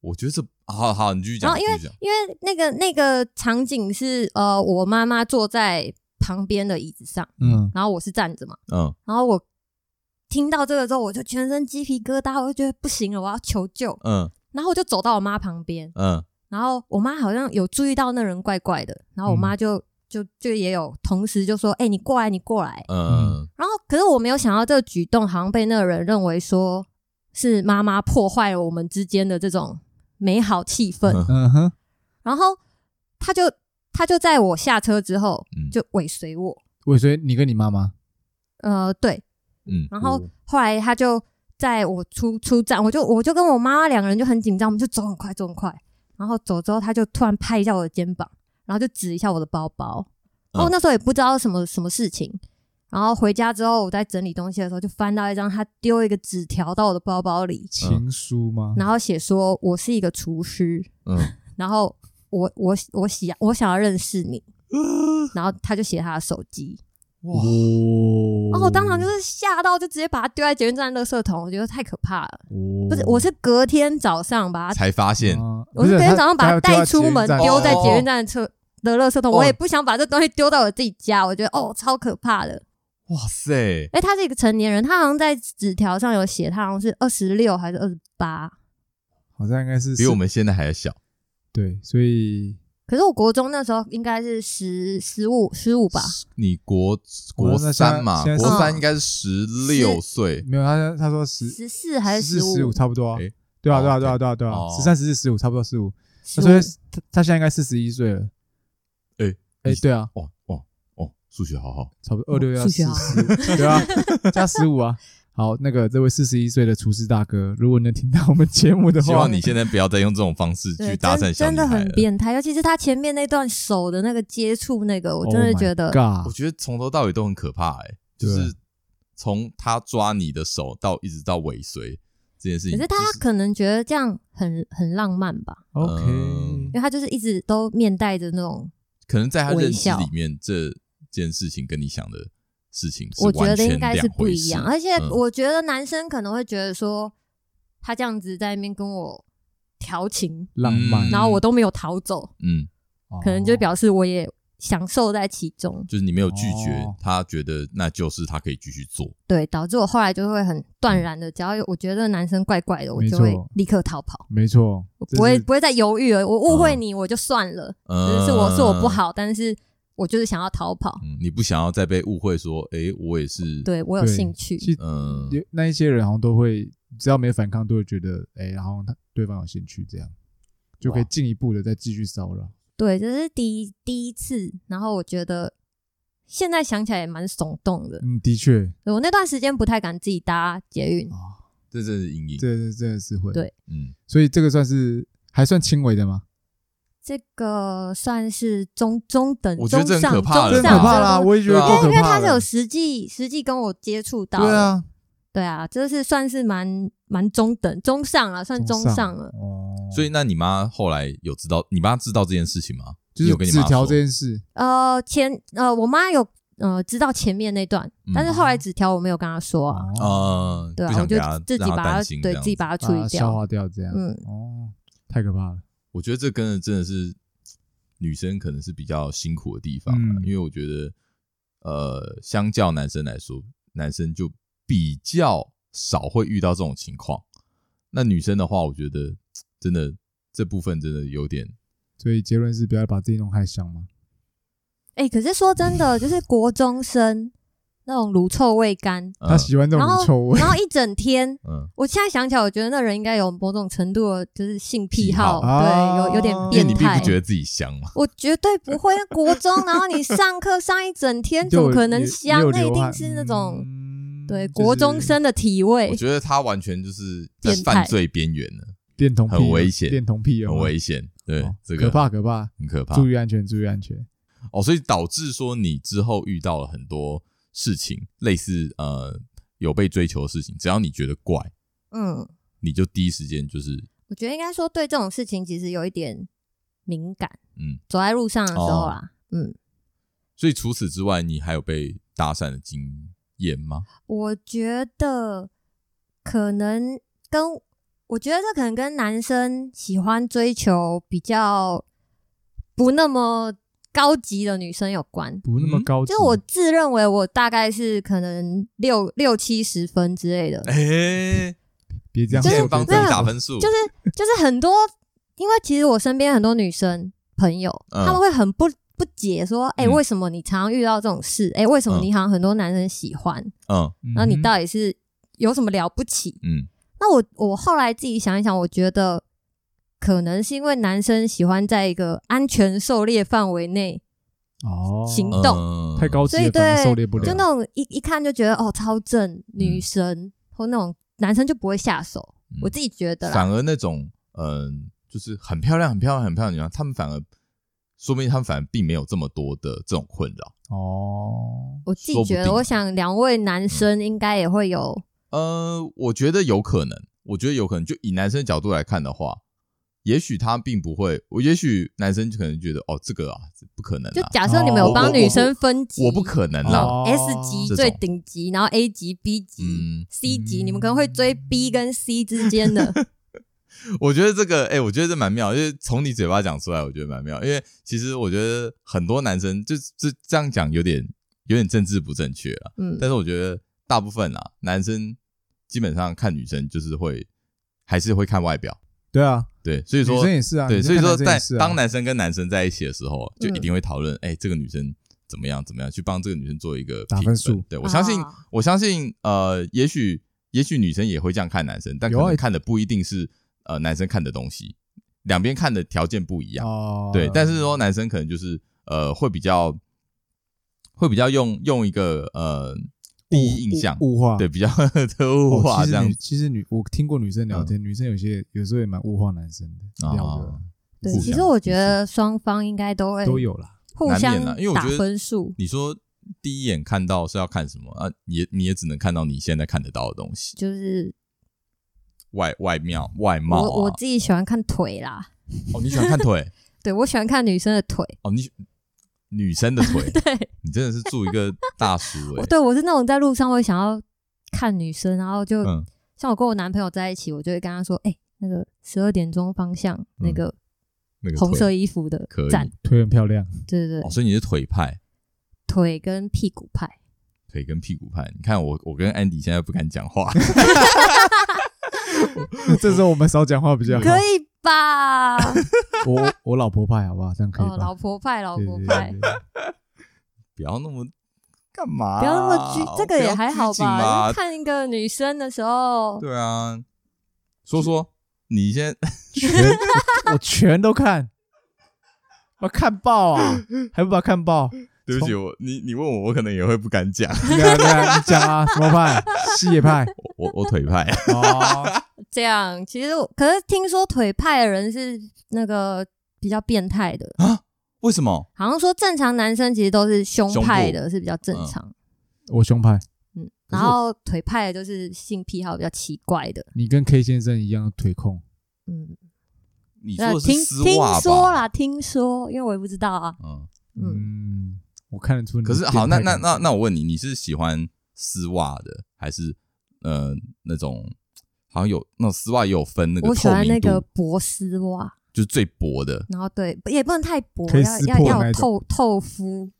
S1: 我觉得这好好，你继续
S3: 然
S1: 讲，
S3: 后
S1: 继
S3: 因为
S1: 续讲，
S3: 因为那个那个场景是呃，我妈妈坐在旁边的椅子上，
S2: 嗯，
S3: 然后我是站着嘛，
S1: 嗯
S3: 然后我听到这个之后，我就全身鸡皮疙瘩，我就觉得不行了，我要求救，
S1: 嗯
S3: 然后我就走到我妈旁边，
S1: 嗯，
S3: 然后我妈好像有注意到那人怪怪的，然后我
S1: 嗯
S3: 妈就、就就也有同时就说：“哎、你过来，你过来。
S1: 嗯，”
S3: 然后可是我没有想到这个举动好像被那个人认为说是妈妈破坏了我们之间的这种美好气氛，
S1: 嗯
S2: 嗯哼，
S3: 然后他就他就在我下车之后
S1: 嗯
S3: 就尾随我，
S2: 尾随你跟你妈妈，
S3: 呃，对，
S1: 嗯，
S3: 然后后来他就在我出出站，我就我就跟我妈妈两个人就很紧张，我们就走很快走很快，然后走之后他就突然拍一下我的肩膀，然后就指一下我的包包，然后
S1: 嗯
S3: 那时候也不知道什么什么事情，然后回家之后我在整理东西的时候就翻到一张他丢一个纸条到我的包包
S1: 嗯
S3: 里，
S2: 情书吗？
S3: 然后写说我是一个厨师，
S1: 嗯
S3: 然后我我我喜我想要认识
S1: [LAUGHS]
S3: 你，然后他就写他的手机，
S1: 哇
S2: 哦
S3: 然后我当场就是吓到，就直接把它丢在捷运站垃圾桶，我觉得太可怕了。
S2: 哦
S3: 不是，我是隔天早上把它，
S1: 才发现，
S2: 啊
S3: 我是
S2: 不
S3: 隔天早上
S2: 他
S3: 把它
S2: 他要
S3: 带
S2: 丢
S3: 出门，
S2: 到捷运站
S3: 丢在
S1: 哦
S3: 捷运站的车的垃圾桶。
S1: 哦
S3: 我也不想把这东西丢到我自己家，我觉得哦，超可怕的。
S1: 哇塞，
S3: 哎，他是一个成年人，他好像在纸条上有写，他好像是二十六还是二十八，
S2: 好像应该是
S1: 比我
S2: 四
S1: 们现在还小。
S2: 对，所以
S3: 可是我国中那时候应该是十十五十五吧，
S1: 你国
S2: 我
S1: 国
S2: 那现在
S1: 三嘛，
S2: 现在嗯
S1: 国
S3: 是
S1: 三应该是十六岁，
S2: 没有他他说十
S3: 十四还是
S2: 十
S3: 十
S2: 十五
S3: 五？
S2: 差不多啊
S1: 诶，
S2: 对啊
S1: 哦
S2: 对啊对
S1: OK
S2: 啊对啊对啊
S1: 哦，
S2: 十三十四十五差不多十五，
S3: 十
S2: 那
S3: 五
S2: 所以他他现在应该四十一岁了，
S1: 诶
S2: 哎
S1: 你
S2: 对啊，
S1: 哦哦哦，数学好好。
S2: 差不多二六幺
S3: 数
S2: 四
S3: 学
S2: 十
S3: 好，
S2: 对啊，加十五啊。好，那个这位四十一岁的厨师大哥，如果能听到我们节目的话，
S1: 希望你现在不要再用这种方式去
S3: 对，
S1: 搭讪
S3: 真
S1: 小
S3: 真
S1: 女
S3: 的
S1: 孩
S3: 很
S1: 了。
S3: 变态，尤其是他前面那段手的那个接触，那个我
S2: Oh
S3: 真的
S2: my
S3: 觉得
S2: God
S1: 我觉得从头到尾都很可怕、欸，就是
S2: 对
S1: 从他抓你的手到一直到尾随这件事情，
S3: 可是他
S1: 就是
S3: 可能觉得这样很很浪漫吧，
S2: OK，
S1: 嗯
S3: 因为他就是一直都面带着那种，
S1: 可能在他认
S3: 微
S1: 知
S3: 笑
S1: 里面，这件事情跟你想的事情是
S3: 我觉
S1: 完
S3: 得
S1: 全
S3: 应该是
S1: 两
S3: 不
S1: 回
S3: 一
S1: 事
S3: 样。而且
S1: 嗯
S3: 我觉得男生可能会觉得说，他这样子在那边跟我调情，
S2: 浪漫哦
S1: 嗯，
S3: 然后我都没有逃走，
S1: 嗯，
S3: 可能就
S2: 表。
S3: 表示我也享受在其中，
S1: 就是你没有拒绝，
S2: 哦
S1: 他觉得那就是他可以继续做。
S3: 对，导致我后来就会很断然的，只要有我觉得男生怪怪的，我
S2: 没
S3: 就会
S2: 错
S3: 立刻逃跑。
S2: 没错，
S3: 我
S2: 这
S3: 不会
S2: 是
S3: 不会再犹豫了，我误会你我就算了，
S1: 嗯，
S3: 是我是我不，好，但是我就是想要逃跑，
S1: 嗯，你不想要再被误会说，诶，我也是，，
S3: 对我有
S2: 对
S3: 兴趣，
S2: 其实
S1: 嗯，
S2: 有那一些人好像都会，只要没反抗，都会觉得，哎、然后他对方有兴趣，这样就可以
S1: 哇
S2: 进一步的再继续骚扰。
S3: 对，这是第一第一次，然后我觉得现在想起来也蛮耸动的，
S2: 嗯，的确
S3: 对我那段时间不太敢自己搭捷运，
S2: 啊，
S1: 这真是阴影。
S2: 这这真的是会。
S3: 对
S1: 嗯，
S2: 所以这个算是还算轻微的吗？
S3: 这个算是中中等，
S1: 我觉得这很
S3: 中上
S1: 可怕了
S3: 中
S1: 真
S2: 真的
S1: 的可
S2: 可
S3: 上
S2: 怕
S1: 怕
S2: 啦，
S3: 中
S2: 我也觉得
S1: 呃对啊
S2: 够可
S3: 因为
S2: 怕
S3: 他是有
S2: 了。
S3: 实际实际跟我接触到，
S2: 对，啊，
S3: 对啊，这是算是蛮蛮中等中上了，算中上了。
S2: 哦，
S1: 所以那你妈后来有知道，你妈知道这件事情吗？
S2: 就
S1: 你
S2: 是
S1: 有跟你
S2: 纸
S1: 妈
S2: 条
S1: 说
S2: 这件事，
S3: 呃，前呃，我妈有呃知道前面那段，
S1: 嗯
S3: 但是后来纸条我没有跟她说啊，
S2: 哦，
S1: 呃，
S3: 对
S1: 不
S3: 啊，我
S1: 想
S3: 就
S1: 给他
S3: 自己
S1: 让他
S3: 把它
S1: 担心这
S3: 对
S1: 样
S3: 自己
S1: 子
S3: 把它处
S2: 把
S3: 理
S2: 它啊消
S3: 掉。
S2: 化掉，这样。
S3: 嗯
S2: 哦，太可怕了。
S1: 我觉得这跟真的是女生可能是比较辛苦的地方、啊
S2: 嗯
S1: 因为我觉得呃，相较男生来说，男生就比较少会遇到这种情况。那女生的话，我觉得真的这部分真的有点
S2: 所以结论是不要把自己弄太香嘛。
S3: 哎、可是说真的，就是国中生那种乳臭未干，
S1: 嗯
S2: 他喜欢那
S3: 然后
S2: 种臭味
S3: 然后一整天，
S1: 嗯，
S3: 我现在想起来，我觉得那人应该有某种程度的就是性癖好，
S2: 癖好啊
S3: 对，有有点
S1: 因为
S3: 变
S1: 你并
S3: 态
S1: 不。觉得自己香嘛。
S3: 我绝对不会，那国中，然后你上课上一整
S2: [LAUGHS]
S3: 天，怎
S2: 就
S3: 么可能
S2: 也
S3: 香
S2: 也有？
S3: 那一
S2: 流
S3: 定
S2: 汗
S3: 是那种、
S2: 嗯
S3: 对
S2: 就
S3: 国
S2: 是
S3: 中生的体味
S1: 我。觉得他完全就是在
S3: 变态
S1: 犯罪边缘了，
S2: 恋童癖
S1: 很危险
S2: 恋童癖有
S1: 很
S2: 吗
S1: 危险。对，
S2: 哦
S1: 这个
S2: 可怕可怕，
S1: 很可怕。
S2: 注意安全，注意安全。
S1: 哦，所以导致说你之后遇到了很多事情，类似呃有被追求的事情，只要你觉得怪，
S3: 嗯，
S1: 你就第一时间就是
S3: 我觉得应该说对这种事情其实有一点敏感。
S1: 嗯。
S3: 走在路上的时候啦，嗯，
S1: 所以除此之外，你还有被搭讪的经验吗？
S3: 我觉得可能跟我觉得这可能跟男生喜欢追求比较不那么高级的女生有关。
S2: 不那么
S1: 嗯
S2: 高级，
S3: 就我自认为我大概是可能六六七十分之类的，
S1: 哎、
S2: 别这样
S1: 之
S2: 说，
S1: 前帮自己
S3: 没有
S1: 打分数，
S3: 就是 [LAUGHS] 就是很多，因为其实我身边很多女生朋友，
S1: 嗯
S3: 她们会很不不解，说，哎、
S1: 嗯
S3: 为什么你常常遇到这种事？哎、为什么
S1: 嗯
S3: 你好像很多男生喜欢？
S1: 嗯
S2: 嗯哼，
S3: 然后你到底是有什么了不起？
S1: 嗯
S3: 那我我后来自己想一想，我觉得可能是因为男生喜欢在一个安全狩猎范围内，
S2: 哦
S3: 行
S1: 嗯，
S3: 动
S2: 太高级
S3: 所
S2: 了，
S3: 以
S2: 反而
S3: 对
S2: 狩猎不
S1: 啊
S2: 了，
S3: 就那种一一看就觉得哦超正女生，或那种男生就不会下手。
S1: 嗯
S3: 我自己觉得啦，
S1: 反而那种嗯、就是很漂亮、很漂亮、很漂亮的女生，他们反而说明他们反而并没有这么多的这种困扰。
S2: 哦，
S3: 我自
S1: 说
S3: 己
S1: 不
S3: 觉得，
S1: 定嗯
S3: 我想两位男生应该也会有
S1: 呃，我觉得有可能，我觉得有可能。就以男生的角度来看的话，也许他并不会，我也许男生就可能觉得，哦，这个啊，这不可能
S3: 就
S1: 啊，
S3: 假设你们
S2: 哦
S3: 有
S1: 我
S3: 帮
S1: 我
S3: 女
S1: 不
S3: 生分级，
S1: 我不可能啊啦、
S2: 哦
S3: S 级
S1: 这
S3: 最
S1: 种
S3: 顶级，然后 A 级、B 级、
S1: 嗯
S3: C 级，
S2: 嗯
S3: 你们可能会追 B 跟 C 之间的。 [LAUGHS]
S1: 我觉得这个，哎、我觉得这蛮妙，就是从你嘴巴讲出来，我觉得蛮妙。因为其实我觉得很多男生就这这样讲有点有点政治不正确啊，
S3: 嗯，
S1: 但是我觉得大部分啊，男生基本上看女生就是会还是会看外表，
S2: 对啊，
S1: 对，所以
S2: 女
S1: 说
S2: 生也是啊，
S1: 对，
S2: 女
S1: 所
S2: 生
S1: 以
S2: 看
S1: 说
S2: 男生
S1: 在
S2: 也是啊
S1: 当男生跟男生在一起的时候，就
S3: 嗯
S1: 一定会讨论，哎，这个女生怎么样怎么样，去帮这个女生做一个
S2: 打
S1: 评
S2: 分数
S1: 对我相信
S3: 啊，
S1: 我相信，呃，也许也许女生也会这样看男生，但可
S2: 有啊
S1: 能看的不一定是呃男生看的东西，两边看的条件不一样。
S2: 哦，
S1: 对，但是说男生可能就是呃会比较会比较用用一个呃第一印象，
S2: 物物化
S1: 对，比较 [LAUGHS] 特物
S2: 哦
S1: 化
S2: 其
S1: 这
S2: 实
S1: 样嗯
S2: 女
S1: 子。
S2: 其实女，我听过女生聊天，女生有些有时候也蛮物化男生的，
S1: 啊
S2: 聊的
S3: 对，
S1: 互
S3: 其
S1: 相
S3: 实我觉得双方应该都会
S2: 都有啦。
S3: 互
S1: 难
S3: 相
S1: 免啊啦因为我
S3: 打
S1: 觉得
S3: 分数，
S1: 你说第一眼看到是要看什么啊？你也你也只能看到你现在看得到的东西，
S3: 就是
S1: 外外貌外貌、
S3: 我我
S1: 啊。
S3: 自己喜欢看腿啦，
S1: 哦，你喜欢看腿
S3: 对我喜欢看女生的腿，
S1: 哦，你喜女生的腿，
S3: 对
S1: 你真的是住一个大叔哎、
S3: [LAUGHS] 我对我是那种在路上会想要看女生，然后就、
S1: 嗯
S3: 像我跟我男朋友在一起，我就会跟他说，哎、那个十二点钟方向那个
S1: 嗯那个
S3: 红
S1: 腿
S3: 色衣服的
S1: 可以
S3: 站，
S2: 腿很漂亮， [LAUGHS]
S3: 对对对，
S1: 哦，所以你是腿派。
S3: 腿跟屁股派，
S1: 腿跟屁股派，你看我，我跟安迪现在不敢讲话，
S2: 这时候我们少讲话比较好。
S3: 可以吧？
S2: 我我老婆派好不好？这样可以
S3: 哦，
S2: 吧？
S3: 老婆派，老
S2: 对
S3: 婆
S2: 对
S3: 派
S2: 对， [LAUGHS] 对
S1: 不要那么干嘛啊、
S3: 不要那么拘，这个
S1: 不
S3: 也
S1: 要
S3: 还好
S1: 拘谨吧
S3: 吧？就是看一个女生的时候，
S1: 对啊，说说你先， [LAUGHS]
S2: 全我全都看，我看爆啊，还不把它看爆？
S1: 对不起，我你你问我，我可能也会不敢讲， [LAUGHS]
S2: 对啊对啊，你讲啊，什么派？西野派
S1: 我我腿派，
S2: 哦， [LAUGHS]
S3: 这样其实我可是听说腿派的人是那个比较变态的，
S1: [LAUGHS] 为什么？
S3: 好像说正常男生其实都是胸
S1: 胸部嗯
S3: 派的，是比较正常。
S2: 我胸派，
S3: 嗯，
S1: 可
S3: 然
S1: 是
S3: 后腿派的就是性癖好比较奇怪的，
S2: 你跟 K 先生一样腿控，
S3: 嗯，
S1: 你
S3: 那
S1: 说的
S3: 啊听
S1: 是丝
S3: 听
S1: 袜
S3: 说
S1: 吧？
S3: 啦，听说，因为我也不知道啊，
S1: 嗯，
S3: 嗯，
S2: 嗯，我看得出你
S1: 可
S2: 的
S1: 是
S2: 变态
S1: 好，
S2: 感。
S1: 那那那那我问你，你是喜欢丝袜的，还是呃那种好像有那种丝袜也有分那个
S3: 我喜
S1: 透
S3: 欢那
S1: 明
S3: 个
S1: 度，
S3: 薄丝袜，
S1: 就是最薄的，
S3: 然后对，也不能太薄，
S2: 可以
S3: 要
S2: 撕
S3: 要
S2: 破
S3: 要
S2: 那
S3: 有
S2: 种
S3: 透透肤，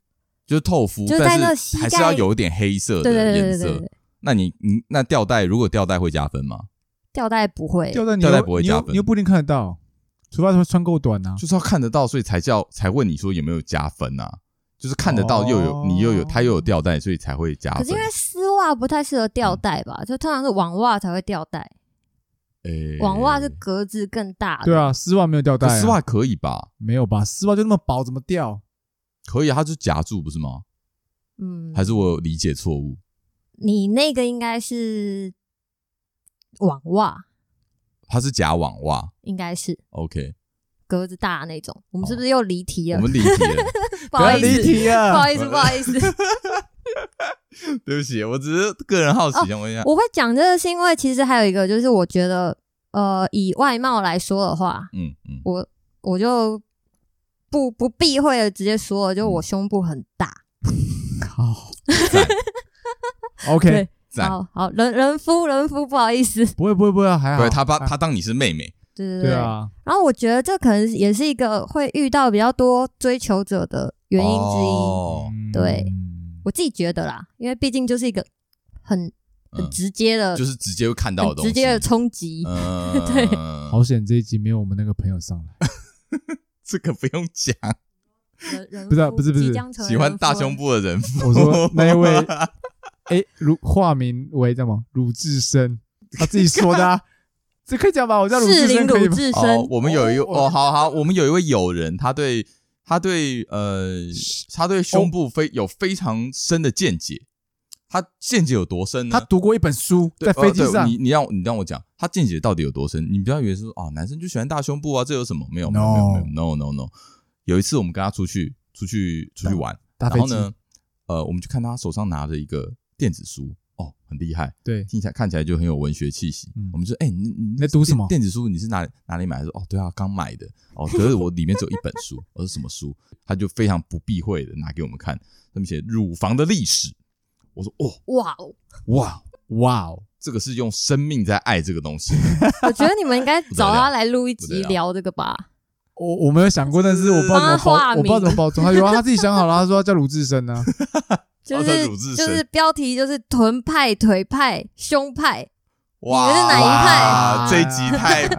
S1: 就是透肤，
S3: 就是在那
S1: 但是
S3: 个膝
S1: 还是
S3: 盖
S1: 要有一点黑色
S3: 对对
S1: 的
S3: 对
S1: 颜
S3: 对对
S1: 色
S3: 对。，
S1: 那你你那吊带，如果吊带会加分吗？
S3: 吊带不会，
S2: 吊带你
S1: 吊带
S2: 又
S1: 不会
S2: 你
S1: 加
S2: 又
S1: 分
S2: 你又不一定看得到，除非他穿够短啊。
S1: 就是要看得到，所以才叫才问你说有没有加分啊？就是看得到又有、
S2: 哦
S1: 你又有他又有吊带，所嗯以才会加
S3: 可
S1: 分
S3: 是因。为丝袜不太适合吊带吧，就通常是网袜才会吊带，
S1: 诶
S3: 网袜是格子更大的，
S2: 对啊，丝袜没有吊带
S1: 可
S2: 啊，
S1: 丝袜可以吧？
S2: 没有吧？丝袜就那么薄，怎么吊？
S1: 可以啊，它就夹住不是吗？
S3: 嗯，
S1: 还是我有理解错误？
S3: 你那个应该是网袜，
S1: 它是夹网袜。
S3: 应该是
S1: OK，
S3: 格子大的那种。我们是不是又离题
S1: 哦我们
S3: 了？
S1: 离题
S3: [LAUGHS]
S1: 了，
S3: 不好
S1: 不要
S3: 意思，
S1: 离
S2: 题啊
S3: 不好意思，不好意思。 [LAUGHS]
S1: 对不起，我只是个人好奇，想问一下，
S3: 哦我会讲这个是因为其实还有一个就是我觉得，呃，以外貌来说的话，
S1: 嗯嗯，
S3: 我我就不不避讳的直接说了，就
S1: 嗯
S3: 我胸部很大。
S2: 靠
S1: 赞
S2: ，OK，
S3: 对
S1: 赞，
S3: 好好，人人夫人夫，不好意思，
S2: 不会不会不会， [LAUGHS] 还好。
S1: 对他把
S2: 还
S1: 他当你是妹妹，
S3: 对对
S2: 对啊，
S3: 然后我觉得这可能也是一个会遇到比较多追求者的原因之一。
S1: 哦，
S2: 嗯
S3: 对，我自己觉得啦，因为毕竟就是一个很很
S1: 嗯，
S3: 直接的，
S1: 就是直接会看到的
S3: 很
S1: 东西，
S3: 直接的冲击。
S1: 嗯，
S3: 对
S2: 好险这一集没有我们那个朋友上来，
S1: 这个不用讲，
S3: 人
S2: [LAUGHS]
S3: 人
S2: 不是啊
S3: 夫
S2: 不是不是
S3: 即将成为
S1: 喜欢
S3: 人
S1: 大
S3: 夫
S1: 胸部的人，[LAUGHS]
S2: 我说那一位，哎，如化名为叫什么？鲁智深，他自己
S1: [LAUGHS]
S2: 说的啊，这可以讲吧？我叫鲁
S3: 士
S2: 智
S3: 林
S2: 深可以
S3: 鲁
S2: 吗？
S3: 智
S1: 哦
S3: 深，，
S1: 我们有一位
S2: 哦我
S1: 哦，好好，我们有一位友人，他对他对呃，他对胸部非有非常深的见解。他见解有多深呢？
S2: 他读过一本书，
S1: 对
S2: 在飞机
S1: 呃对
S2: 上
S1: 你你让我你让我讲，他见解到底有多深？你不要以为是说啊，男生就喜欢大胸部啊，这有什么？没有没有
S2: No
S1: 没有没有 no no no。有一次我们跟他出去出去出去玩，
S2: 搭
S1: 然
S2: 飞
S1: 后
S2: 机，
S1: 呢，呃，我们就看他手上拿着一个电子书，哦，很厉害，
S2: 对，
S1: 听起来看起来就很有文学气息。
S2: 嗯
S1: 我们说，哎、你你你
S2: 在读什么
S1: 电电子书你是哪里哪里买的？说哦，对啊，刚买的。哦，可是我里面只有一本书。我说什么书？他就非常不避讳的拿给我们看，上面写乳房的历史。我说哦，
S3: 哇哦！
S1: 哇，
S2: 哇哦，
S1: 这个是用生命在爱这个东西。
S3: 我觉得你们
S1: [LAUGHS]
S3: 应该
S1: 得了
S3: 找他来录一
S1: 不得
S3: 集
S1: 了哦
S3: 聊这个
S1: [LAUGHS]
S3: 吧。
S2: 我我没有想过，但是我不知道怎么包
S3: 帮他化，
S2: 我
S3: 名
S2: 不知道怎么包装。他
S3: [LAUGHS]
S2: 有啊他自己想好了，他说他叫鲁智深啊，
S1: [LAUGHS]
S3: 就
S1: 哦他
S3: 是
S1: 乳制
S3: 就
S1: 神
S3: 是标题就是臀派、腿派、胸派，
S1: 哇，
S3: 你们是哪一派
S1: 这一集太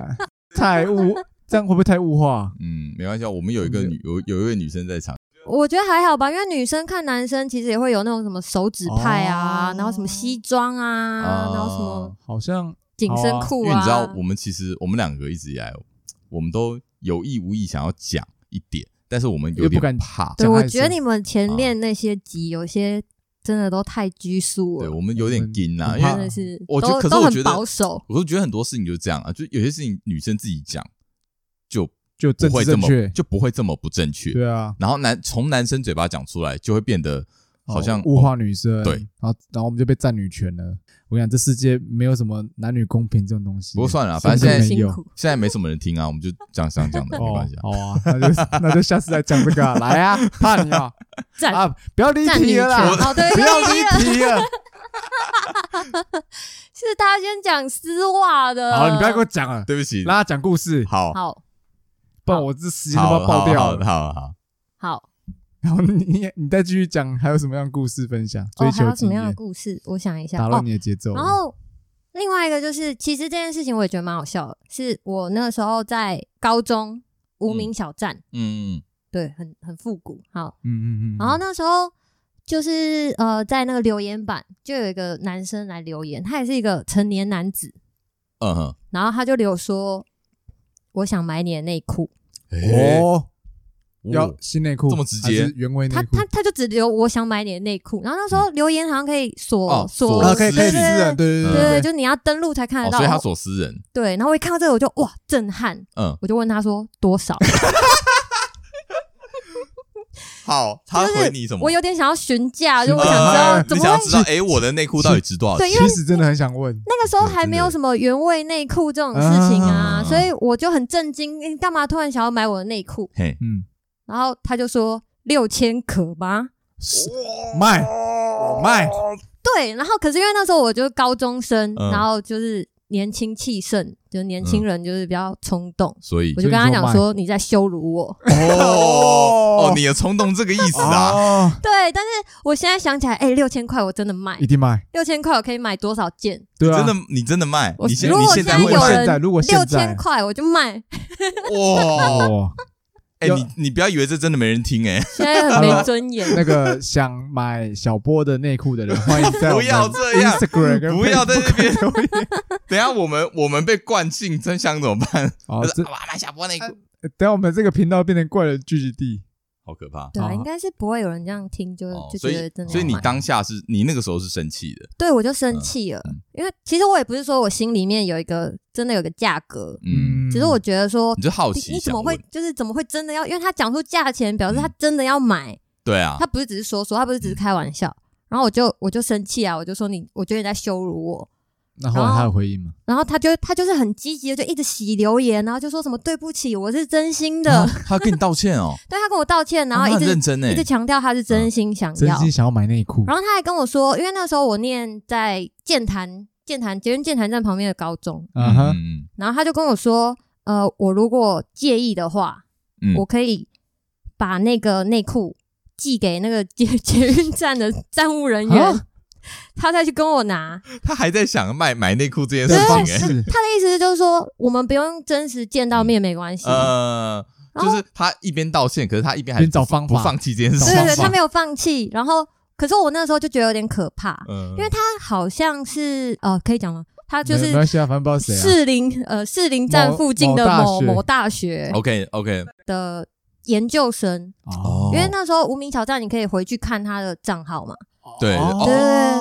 S2: 太物，这样会不会太物化？
S1: 嗯，没关系啊，我们有一个女有有一位女生在场，
S3: 我觉得还好吧，因为女生看男生其实也会有那种什么手指派啊，
S2: 哦
S3: 然后什么西装啊，
S1: 哦
S3: 然后什么
S2: 好像
S3: 紧身
S1: 因
S3: 裤啊。
S1: 为你知道我们其实我们两个一直以来，我们都有意无意想要讲一点，但是我们有
S2: 又不
S1: 点
S2: 敢
S1: 怕，
S3: 对，
S2: 讲
S3: 我
S2: 太
S3: 觉得
S2: 深
S3: 你们前
S2: 啊
S3: 面那些集有些真的都太拘束
S1: 对
S3: 了，
S1: 我们有点惊啊，
S2: 我
S1: 因为
S2: 们很怕
S3: 真的是
S1: 我觉得
S3: 都
S1: 可是
S3: 都
S1: 我
S3: 很
S1: 觉得
S3: 保守。
S1: 我都觉得很多事情就是这样啊，就有些事情女生自己讲就
S2: 就
S1: 不
S2: 政
S1: 会
S2: 治
S1: 这
S2: 正
S1: 么
S2: 确，
S1: 就不会这么不正确，
S2: 对啊，
S1: 然后男从男生嘴巴讲出来就会变得好像
S2: 哦物化女生，
S1: 对
S2: 然后然后我们就被占女权了。我跟你讲，这世界没有什么男女公平这种东西。
S1: 不过算了啊
S2: 什么
S1: 反正
S2: 都
S1: 现在
S2: 没
S3: 辛
S2: 有
S3: 苦，
S1: 现在没什么人听啊，我们就这样这样
S2: [LAUGHS]
S1: 讲的没关系啊。
S2: 哦，好啊，那就 [LAUGHS] 那就下次再讲这个啊，
S1: [LAUGHS]
S2: 来啊，怕你
S3: [LAUGHS]
S2: 啊
S3: 赞
S2: 啊，不要离
S3: 占女
S2: 题
S3: 权
S2: 了啦，
S3: 哦，对，
S2: 不要
S3: 对
S2: 离题
S3: [LAUGHS]
S2: 了。
S3: 是他先讲丝袜的。
S2: 好，你不要给我讲了，
S1: 对不起，
S2: 让他讲故事，
S1: 好，好，
S3: 好
S2: 不然我这时间都
S1: 好
S2: 要爆掉
S1: 好
S2: 了。
S1: 好好，
S3: 好
S2: 然后你你你再继续讲，还有什么样的故事分享？追
S3: 哦，还
S2: 求
S3: 有什
S2: 经
S3: 么样的
S2: 验，
S3: 故事？我想一下
S2: 打
S3: 哦
S2: 乱，你的节奏了。
S3: 然后另外一个就是，其实这件事情我也觉得蛮好笑的，是我那个时候在高中无名小站，
S1: 嗯，
S3: 对，很很复古。好，
S2: 嗯嗯嗯，
S3: 然后那时候就是呃，在那个留言板就有一个男生来留言，他也是一个成年男子，
S1: 嗯哼，
S3: 然后他就留说。我想买你的内裤，
S1: 诶
S2: 哦，要
S1: 嗯哦
S2: 新内裤
S1: 这么直接
S2: 还是原味内
S3: 他
S2: 裤
S3: 他他就只留我想买你的内裤，然后那时候留言好像可以锁、
S1: 嗯哦锁
S3: 锁
S2: 啊，可以可以
S1: 私
S2: 私人，对
S1: 嗯
S2: 对
S3: 对对，
S2: 对
S3: 就你要登录才看得
S1: 哦，
S3: 到。
S1: 所以他锁私人，
S3: 对，然后我一看到这个我就哇震撼，
S1: 嗯，
S3: 我就问他说多少，
S1: 好，他回你什么？嗯
S3: 我有点想要询价，
S2: 询价
S3: 就我想知道
S2: 哎
S1: 你
S3: 怎么
S1: 想要
S3: 会
S1: 知道，诶，我的内裤到底值多少
S3: 对
S1: 钱？
S3: 因
S2: 其实真的很想问，
S3: 那个时候还没有什么原味内裤这种事情啊，
S1: 啊
S3: 所以我就很震惊，你干嘛突然想要买我的内裤？
S1: 嘿，
S2: 嗯，
S3: 然后他就说六千可吗？
S2: 是卖我卖，
S3: 对，然后可是因为那时候我就是高中生，
S1: 嗯
S3: 然后就是年轻气盛，就是年轻人就是比较冲动，
S1: 所以
S3: 我就跟他讲
S2: 所以你
S3: 说你在羞辱我。
S1: 哦哦，你的冲动这个意思啊，
S2: 哦，
S3: 对，但是我现在想起来，哎、六千块我真的卖
S2: 一，定卖，
S3: 六千块我可以买多少件？
S2: 对啊，
S1: 真的你真的卖？
S3: 我
S1: 你现
S3: 如
S1: 你
S3: 果
S1: 现在
S3: 现
S1: 会
S3: 在有
S1: 卖
S3: 人
S2: 如果现
S3: 六
S2: 在
S3: 千块我就卖，
S1: 哇？
S2: 哦，
S1: 哎，你你不要以为这真的没人听哎，
S3: 现在很没尊严。
S2: 那个想买小波的内裤的人，欢迎在我
S1: 不
S2: 们
S1: 要这样
S2: Instagram 跟
S1: 不要在那边 [LAUGHS]
S2: Facebook 留言
S1: [LAUGHS] 等一下我们我们被惯性真香怎么办？
S2: 哦
S1: 就，是
S2: 这
S1: 啊 [LAUGHS] 哇，买小波
S3: 呃
S1: 内裤，
S2: 等下我们这个频道变成怪人聚集地，
S1: 好可怕。
S3: [LAUGHS] 对啊，
S2: 好
S3: 应该是不会有人这样听，就
S1: 哦，
S3: 呃就
S1: 所
S3: 觉得
S1: 以
S3: 真的要买。
S1: 所以你当下是你那个时候是生气的，
S3: 对我就
S1: 嗯
S3: 生气了，因为其实我也不是说我心里面有一个真的有个价格，
S1: 嗯，
S3: 只是我觉得说
S1: 你就好
S3: 你
S1: 奇
S3: 你怎
S1: 想
S3: 么会
S1: 问，
S3: 就是怎么会真的要，因为他讲出价钱，表示他真的要买，
S1: 对啊嗯
S3: 他，不是只是说说，他不是只是开玩笑。然后我就我就生气啊，我就说你，我觉得你在羞辱我。
S2: 那后来他有回应吗？
S3: 然后他就他就是很积极的，就一直洗留言，然后就说什么对不起，我是真心的，
S1: 啊他跟你道歉哦，
S3: 对他跟我道歉， [LAUGHS] 然后
S1: 啊
S3: 一
S1: 他很
S3: 直、
S1: 认真哎啊
S3: 一，直强调他是真心想
S2: 真
S3: 要，
S2: 心想要买内裤，
S3: 然后他还跟我说，因为那时候我念在建潭建潭捷运建潭站旁边的高中，
S2: 啊哈，
S1: 嗯
S3: 然后他就跟我说，呃，我如果介意的话，
S1: 嗯
S3: 我可以把那个内裤寄给那个捷 [LAUGHS] 捷运站的站务人员
S2: 啊，
S3: 他再去跟我拿。
S1: 他还在想买买内裤这件事
S2: 这方
S1: 情哎，
S2: 式
S3: 他的意思就是说，我们不用真实见到面没关系。
S1: 呃，
S3: 然
S1: 就
S3: 后
S1: 是他一边道歉，可是他一边还
S2: 边
S1: 是
S2: 找方
S1: 不
S2: 法
S1: 放弃这件事
S2: 找
S3: 对
S1: 情
S2: 方
S3: 对，对，
S2: 法
S3: 他没有放弃。然后，可是我那时候就觉得有点可怕，
S1: 嗯，因
S3: 因为他好像是呃，可以讲吗？他就
S2: 没
S3: 是
S2: 没关系啊，反正不知道谁啊，
S3: 士林呃士林站
S2: 某
S3: 附近的
S2: 某大
S3: 某
S2: 学
S3: 某大学
S1: OK OK
S3: 的研究生，
S2: 哦，
S3: 因为那时候无名小站你可以回去看他的账号嘛，
S1: 对
S2: 哦
S3: 对，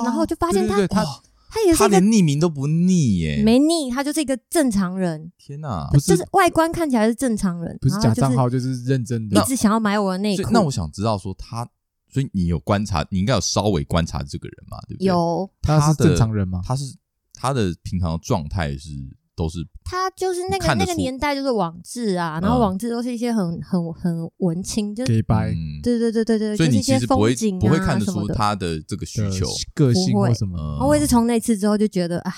S3: 然后我就发
S1: 对
S3: 现他哦
S1: 对对他
S3: 他也是
S1: 他
S3: 一
S1: 连
S3: 个
S1: 匿名都不匿耶，
S3: 没腻，他就是一个正常人，
S1: 天哪
S2: 不！是
S3: 就是外观看起来是正常人，
S2: 不是
S3: 然后
S2: 假
S3: 就
S2: 账号，就是认真的
S3: 一。直想要买我的内
S1: 所以
S3: 裤，
S1: 那我想知道说他，所以你有观察，你应该有稍微观察这个人嘛，对不对？，
S3: 有
S2: 他是
S1: 的
S2: 正常人吗？
S1: 他是他的平常的状态是都是
S3: 他就是那
S1: 你
S3: 个
S1: 看得
S3: 那个
S1: 出
S3: 年代就是网志啊，然后
S1: 嗯
S3: 网志都是一些很很很文青，就是
S2: 给白，
S1: 嗯，
S3: 对对对对对，
S1: 所以
S3: 就是
S1: 你
S3: 一
S1: 其
S3: 些
S1: 实不会
S3: 风景啊
S1: 不会看得
S3: 什么
S1: 出
S3: 的。
S1: 他嗯的这个需
S2: 的
S1: 求，
S2: 个性
S3: 不会
S2: 或什么，
S1: 嗯
S3: 然后我也是从那次之后就觉得啊，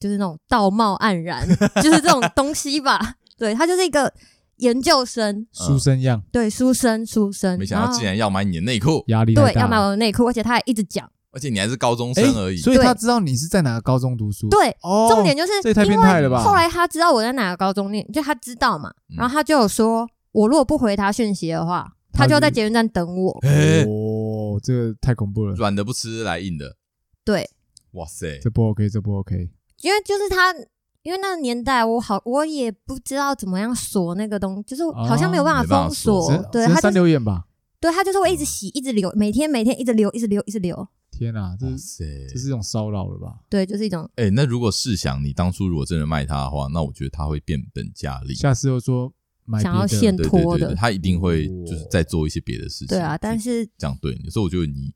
S3: 就是那种道貌岸然， [LAUGHS] 就是这种东西吧。对他就是一个研究生，
S2: 书生样，
S3: 对书生书生，
S1: 没想到
S3: 然后
S1: 竟然要买你的内裤，
S2: 压力太
S3: 对
S2: 大
S3: 要买我的内裤，而且他还一直讲，
S1: 而且你还是高中生
S2: 诶
S1: 而已，
S2: 所以他
S3: 对
S2: 知道你是在哪个高中读书。
S3: 对，
S2: 哦，
S3: 重点就是
S2: 这也太
S3: 因
S2: 变
S3: 为
S2: 态了吧！
S3: 后来他知道我在哪个高中念，就他知道嘛，
S1: 嗯
S3: 然后他就有说，我如果不回他讯息的话，
S2: 他
S3: 他
S2: 就
S3: 就要在捷运站等我。
S1: 诶
S2: 哦，这个太恐怖了，
S1: 软的不吃来硬的，
S3: 对，
S1: 哇塞，
S2: 这不 OK，这不 OK。
S3: 因为就是他，因为那个年代我好，我也不知道怎么样锁那个东西，就是好像没有办
S1: 没办法
S3: 封锁。
S1: 锁
S2: 只
S3: 对，
S2: 只
S3: 他
S2: 是
S3: 就
S2: 三
S3: 是
S2: 留言吧。
S3: 对他就是会一直洗，一直流，每天每天一直流，一直流，一直流。
S2: 天啊，这
S1: 哇
S2: 是
S1: 塞，
S2: 这是一种骚扰了吧？
S3: 对，就是一种
S1: 哎、那如果试想，你当初如果真的卖它的话，那我觉得它会变本加厉，
S2: 下次又说买
S3: 想要
S2: 别的
S3: 现
S1: 对对
S3: 拖
S1: 对
S3: 啊的
S1: 对，。它一定会就是再做一些别的事情。
S3: 对啊，但是
S1: 这样对你，所以我觉得你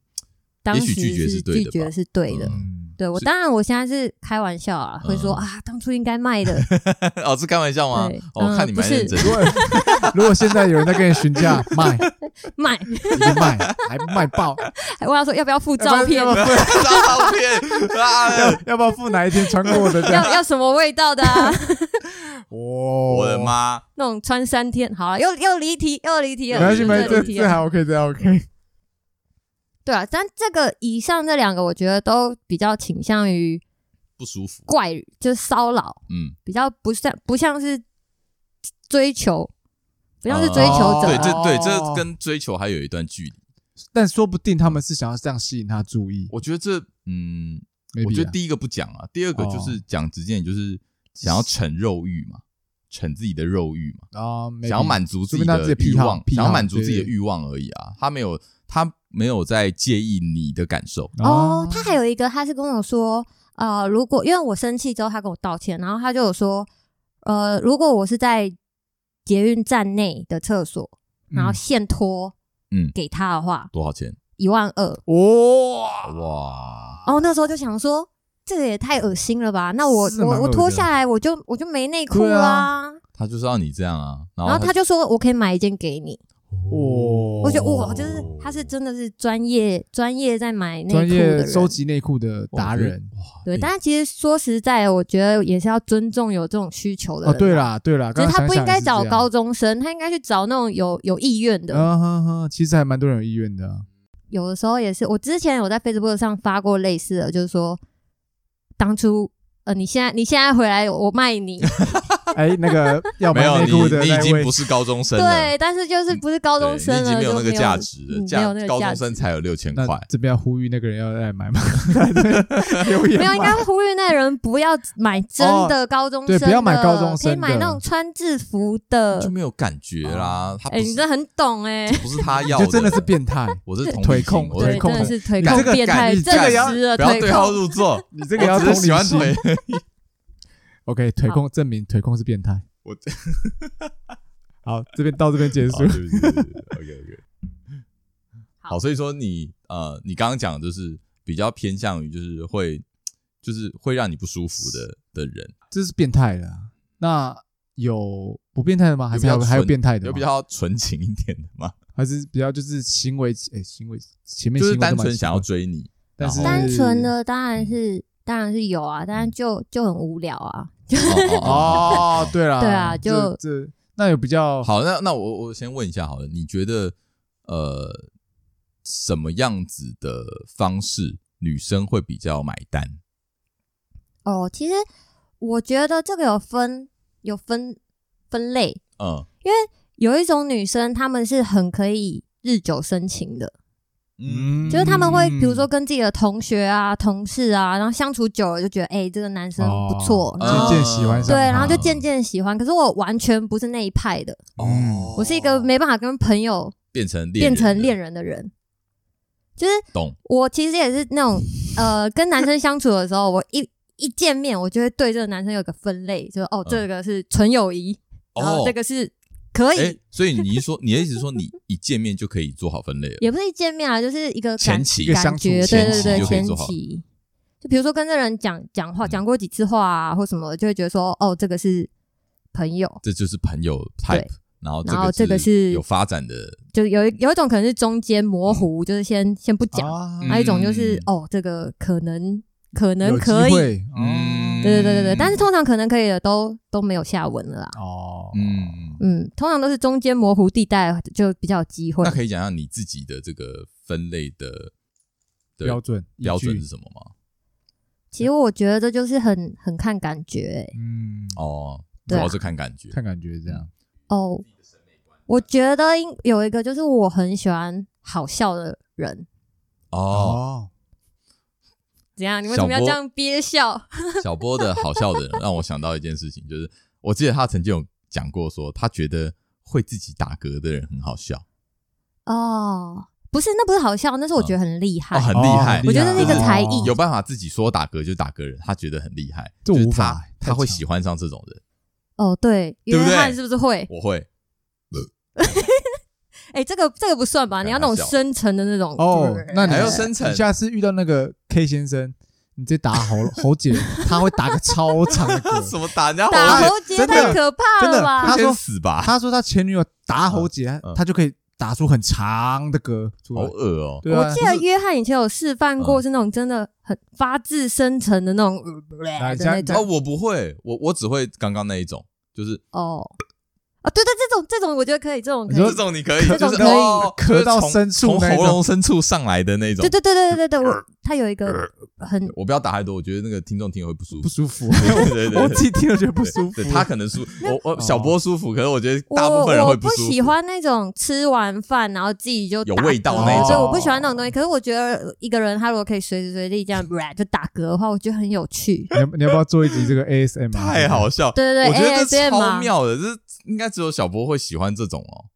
S3: 当时
S1: 也许拒绝
S3: 是
S1: 是对
S3: 拒
S1: 的吧 [LAUGHS]
S3: 绝是对的。
S2: 嗯，
S3: 对我
S1: 是
S3: 当然，我现在是开玩笑啊，会说
S1: 嗯
S3: 啊，当初应该卖的， [LAUGHS]
S1: 哦是开玩笑吗
S3: 对？
S1: 哦，我
S3: 嗯
S1: 看你蛮认
S3: 不
S1: 真
S2: 如
S1: 的。 [LAUGHS]
S2: 果 [LAUGHS] 如果现在有人在跟你询价 [LAUGHS] 卖，
S3: 卖，
S2: 一直卖，还卖爆
S3: 还问他说要不要附 [LAUGHS] 照
S2: 哎
S3: 片，
S2: 要不要
S1: 照片啊！
S2: 要不要付哪一天穿过的这样？
S3: 要要什么味道的、啊， [LAUGHS]
S2: 哦，
S1: 我的！妈！
S3: 那种穿三天，好了，啊又又离题，又离题
S2: 没
S3: 了，
S2: 关系，
S3: 又
S2: 没关系这
S3: 离题
S2: 这
S3: 了
S2: 还 OK，这还 OK。 [LAUGHS]
S3: 对啊，但这个以上这两个，我觉得都比较倾向于
S1: 不舒服。
S3: 怪，就是骚扰，
S1: 嗯，
S3: 比较不像不像是追求，不像是追求
S2: 哦
S1: 对，
S3: 者，啊
S1: 这对
S2: 哦
S1: 这跟追求还有一段距离。
S2: 但说不定他们是想要这样吸引他注意。
S1: 我觉得这，嗯，
S2: Maybe
S1: 我觉得
S2: 啊哦
S1: 第一个不讲啊，第二个就是讲直接，你就是想要逞肉欲嘛，逞自己的肉欲
S3: [LAUGHS]
S1: 嘛，
S2: 啊，
S1: 想要满足自己
S2: 说不定他自
S1: 的
S2: 己
S1: 欲
S2: 癖好
S1: 望，
S2: 癖好
S1: 想要满足自己的
S2: 对对
S1: 欲望而已啊。他没有，他没有在介意你的感受。
S2: 嗯
S3: 哦，他还有一个，他是跟我说，呃，如果因为我生气之后，他跟我道歉，然后他就有说，呃，如果我是在捷运站内的厕所，
S2: 嗯
S3: 然后现拖，
S1: 嗯
S3: 给他的话，
S1: 多少钱？
S3: 一万二。
S2: 哇，
S1: 哇！
S3: 哦，那时候就想说，这个也太恶心了吧？那我
S2: 是蛮
S3: 我
S2: 恶
S3: 我
S2: 的
S3: 脱下来，我就我就没内裤
S2: 对啊哦
S3: 啦。
S1: 他就是要你这样啊，然
S3: 然
S1: 后
S3: 后他就说，我可以买一件给你。
S2: 我
S3: 我觉得
S2: 哦
S3: 哇，就是他是真的是专业专业在买内
S2: 专
S3: 裤的
S2: 业
S3: 人。
S2: 收集内裤的达人。
S1: 哇
S3: 对，
S1: 哎
S3: 但是其实说实在，我觉得也是要尊重有这种需求的
S2: 哦，
S3: 人。啊
S2: 对，啦，对啦，
S3: 只
S2: 刚
S3: 是
S2: 刚
S3: 他
S2: 想
S3: 不
S2: 想
S3: 应该
S2: 也是这
S3: 找
S2: 样
S3: 高中生，他应该去找那种有有意愿
S1: 嗯
S3: 的。
S2: 啊哈哈，其实还蛮多人有意愿的
S3: [LAUGHS]
S2: 啊。
S3: 有的时候也是，我之前有在 Facebook 上发过类似的，就是说，当初呃，你现在你现在回来，我卖你，
S2: 哎，那个要
S1: 没
S2: 买
S1: 有
S2: 内裤的
S1: 你，你已
S2: 那
S1: 经
S2: 位
S1: 不，是高中生了，
S3: 对，但是就是不是高
S1: 对
S3: 中生
S1: 你已经
S3: 了，
S1: 没
S3: 就
S1: 有那个价值
S3: 嗯
S1: 了，
S3: 没
S1: 价
S3: 有那个
S1: 高
S3: 价
S1: 中
S3: 值
S1: 生才有六千
S2: 那
S1: 块。
S2: 这边要呼吁那个人要来买
S3: [LAUGHS]
S2: 吗？ [LAUGHS] 留言
S3: 没有，
S1: [LAUGHS]
S3: 应该
S2: 嘛
S3: 呼吁那个人不要买真
S1: 哦
S3: 的高中生的、
S2: 对不要买高中生
S3: 可
S2: 的
S3: 以买那种穿制服的
S1: 就。没有感觉啦，他不
S3: 呃哎、你
S1: 是
S3: 真的很懂哎、
S1: 不是他要
S2: 你就真的是
S1: [LAUGHS]
S2: 变态，
S1: 我是同理
S2: 腿
S1: 心
S2: 控
S1: 我
S2: 腿
S3: 对，
S1: 是
S2: 控
S3: 真的是腿
S1: 感
S3: 控
S1: 这个
S3: 变态，
S2: 感
S3: 正
S2: 这个要
S3: 直了
S1: 不要
S3: 啊腿
S1: 对号
S3: 控。
S1: 入座，
S2: 你这个要
S1: 我
S2: 同
S1: 只
S2: 理
S1: 是喜欢
S2: 心。
S1: 腿。
S2: OK，腿控证明腿控是变态。
S1: 我
S2: [LAUGHS] 好，这边到这边结束
S1: 好。对不起对不起对不起 OK OK。好，
S3: 好
S1: 所以说你呃，你刚刚讲的就是比较偏向于就是会就是会让你不舒服的的人，
S2: 这是变态的啊。那有不变态的吗？还是还
S1: 有比
S2: 有
S1: 较
S2: 还有
S1: 纯
S2: 变态的
S1: 有
S2: 吗？
S1: 比较纯情一点的吗？
S2: 还是比较就是行为，哎、行为前面
S1: 就是
S2: 行为都
S1: 单
S2: 蛮
S1: 纯想要
S2: 奇
S1: 追你，
S2: 怪，但是
S3: 单纯的当然是当然是有啊，但就就很无聊啊。
S1: 哦
S2: 哦，对啦，
S3: [LAUGHS] 对啊就
S2: 这这那有比较
S1: 好，那那我我先问一下好了，你觉得呃什么样子的方式女生会比较买单？
S3: 哦，其实我觉得这个有分有分分类，
S1: 嗯
S3: 有一种女生她们是很可以日久生情的，
S1: 嗯，
S3: 就是他们会比
S2: 嗯
S3: 如说跟自己的同学啊、同事啊，然后相处久了就觉得，哎、这个男生不错，然
S2: 渐
S3: 后
S1: 哦
S2: 渐喜欢上
S3: 对，
S2: 他
S3: 然后就渐渐喜欢。可是我完全不是那一派的，
S1: 哦，
S3: 我是一个没办法跟朋友
S1: 变成恋
S3: 变成恋
S1: 人
S3: 人的人。就是
S1: 的，懂？
S3: 我其实也是那种，呃，跟男生相处的时候，我一一见面，我就会对这个男生有个分类，就是哦，这个是纯友谊，然
S1: 嗯哦
S3: 后，这个是可以， [LAUGHS]
S1: 哎，所以你一说，你的意思是说你一见面就可以做好分类了？
S3: 也不是一见面啊，就是一个
S1: 前
S3: 感
S1: 期
S3: 感觉，对
S1: 前期
S3: 对对，
S1: 就可以
S3: 前
S1: 做好
S3: 期。就比如说跟这人讲讲话，
S1: 嗯
S3: 讲过几次话啊，或什么，就会觉得说，哦，这个是朋友，
S1: 这就是朋友
S3: 对
S1: type，然后
S3: 然后这个是
S1: 有发展的，
S2: 哦
S3: 就有一有一种可能是中间模糊，就是先先不讲；，
S2: 啊
S1: 嗯
S3: 还有一种就是哦，这个可能可能
S2: 有
S3: 可以
S2: 机，会，
S1: 嗯
S2: 嗯，
S3: 对对对对对。但是通常可能可以的都都没有下文了啦。
S2: 哦，嗯，
S1: 嗯，
S3: 嗯，通常都是中间模糊地带就比较有机会
S1: 那。可以讲讲你自己的这个分类的嗯对
S2: 标准依
S1: 标准
S2: 据
S1: 是什么吗？
S3: 其实我觉得这就是很很看感觉、欸
S2: 嗯，
S1: 哦，主
S3: 对啊
S1: 要是看感觉。
S2: 看感觉这样。
S3: 哦。我觉得应有一个就是我很喜欢好笑的人，
S1: 哦，
S2: 哦，
S3: 怎样？你为
S1: 小
S3: 什么要这
S1: 波
S3: 样憋笑？
S1: 小波的好笑的
S3: [LAUGHS]
S1: 人让我想到一件事情，就是我记得他曾经有讲过说，他觉得会自己打嗝的人很好笑，
S3: 哦，不是，那不是好笑，那是我觉得很厉害。
S1: 哦，很
S2: 哦
S1: 厉害。
S2: 很厉
S3: 我觉得是一个才艺
S2: 哦
S1: 有办法自己说打嗝就打嗝人，他觉得很厉害，
S2: 这
S1: 就是
S2: 无
S1: 他
S2: 法欸
S1: 他会
S2: 太强
S1: 喜欢上这种人。
S3: 哦，对，
S1: 对
S3: 约
S1: 不对
S3: 翰是不是会？
S1: 我会，
S3: 哎、这个这个不算吧？
S1: 开玩笑
S3: 你要那种深沉的那种
S2: 哦那你
S1: 还要深层
S2: 你，下次遇到那个 K 先生，你直接打喉喉结，他会打个超长的
S1: [LAUGHS]
S2: 嗝。
S1: 什么打人家
S3: 打
S1: 喉
S3: 喉结
S2: 真的
S3: 太可怕
S2: 真
S3: 了
S2: 的
S3: 吧？
S2: 他
S1: 他
S2: 说
S1: 说死吧，
S2: 他说他前女友打喉结，
S1: 嗯
S2: 他就可以打出很长的嗝出
S1: 好
S2: 来。
S1: 恶哦、
S2: 对啊
S3: 我，记得约翰以前有示范
S1: 嗯
S3: 过，是那种真的很发自深沉的那种
S2: 来
S3: 呃的
S2: 这样
S3: 那
S2: 这
S1: 哦，
S2: 样
S3: 种
S1: 我不会，我我只会刚刚那一种，就是
S3: 哦啊，对对，这种这种我觉得可以，这种可
S2: 你说
S1: 这
S3: 以，
S1: 种你可以，
S3: 这
S1: 就
S3: 种
S1: 是
S3: 可以
S1: 哦
S2: 咳
S1: 就是
S2: 到
S1: 从
S2: 深处
S1: 从
S2: 那一
S1: 喉
S2: 种
S1: 咙深处上来的那种
S3: 对。对对对对对，
S1: 呃
S3: 我他有一个很
S1: 我不要打太多，我觉得那个听众听了会不舒
S2: 不
S1: 服。
S2: 舒服，
S1: [LAUGHS] 对对对
S2: 我自己听了觉得不舒服
S1: 对。他可能舒，我我小波舒服，可是我觉得大部
S3: 我
S1: 分人会
S3: 我不
S1: 舒服。
S3: 喜欢那种吃完饭然后自己就
S1: 有
S3: 打
S1: 味道
S3: 嗝
S2: 那种
S3: 所以我不喜欢那种东西。可是我觉得一个人他如果可以随时随地这样就打嗝的话，我觉得很有趣。
S2: 你要你要不要做一集这个 ASM？
S1: 太好，笑，
S3: 对对对哎
S1: 我觉得这
S3: ASMR
S1: 超妙的，这应该只有小波会喜欢这种哦。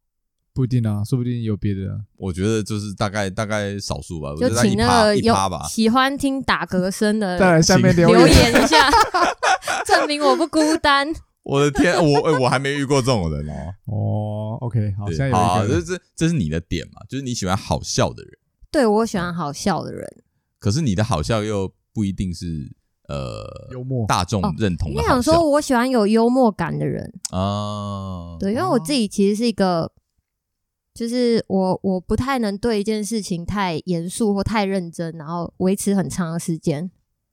S2: 不一定啊，说不定有别的啊。
S1: 我觉得就是大概大概少数吧，我觉
S3: 就
S1: 得大概
S3: 请
S1: 一
S3: 那
S1: 趴
S3: 个
S1: 一
S3: 有
S1: 趴吧。
S3: 喜欢听打嗝声的
S2: 再来下面留
S3: 留
S2: 言，
S3: 言一下， [LAUGHS] 证明我不孤单。
S1: 我的天，我哎我还没遇过这种人哦。
S2: 哦，OK，好，现在
S1: 对，
S2: 有
S1: 好啊，
S2: 一
S1: 这
S2: 个
S1: 这这是你的点嘛，就是你喜欢好笑的人。
S3: 对我喜欢好笑的人，
S1: 可是你的好笑又不一定是呃
S2: 幽默，
S1: 大众认同
S3: 应
S1: 的
S3: 该
S1: 好
S3: 哦想
S1: 笑
S3: 说我喜欢有幽默感的人。
S1: 啊。
S3: 对，因为
S2: 哦
S3: 我自己其实是一个，就是我我不太能对一件事情太严肃或太认真，然后维持很长的时间。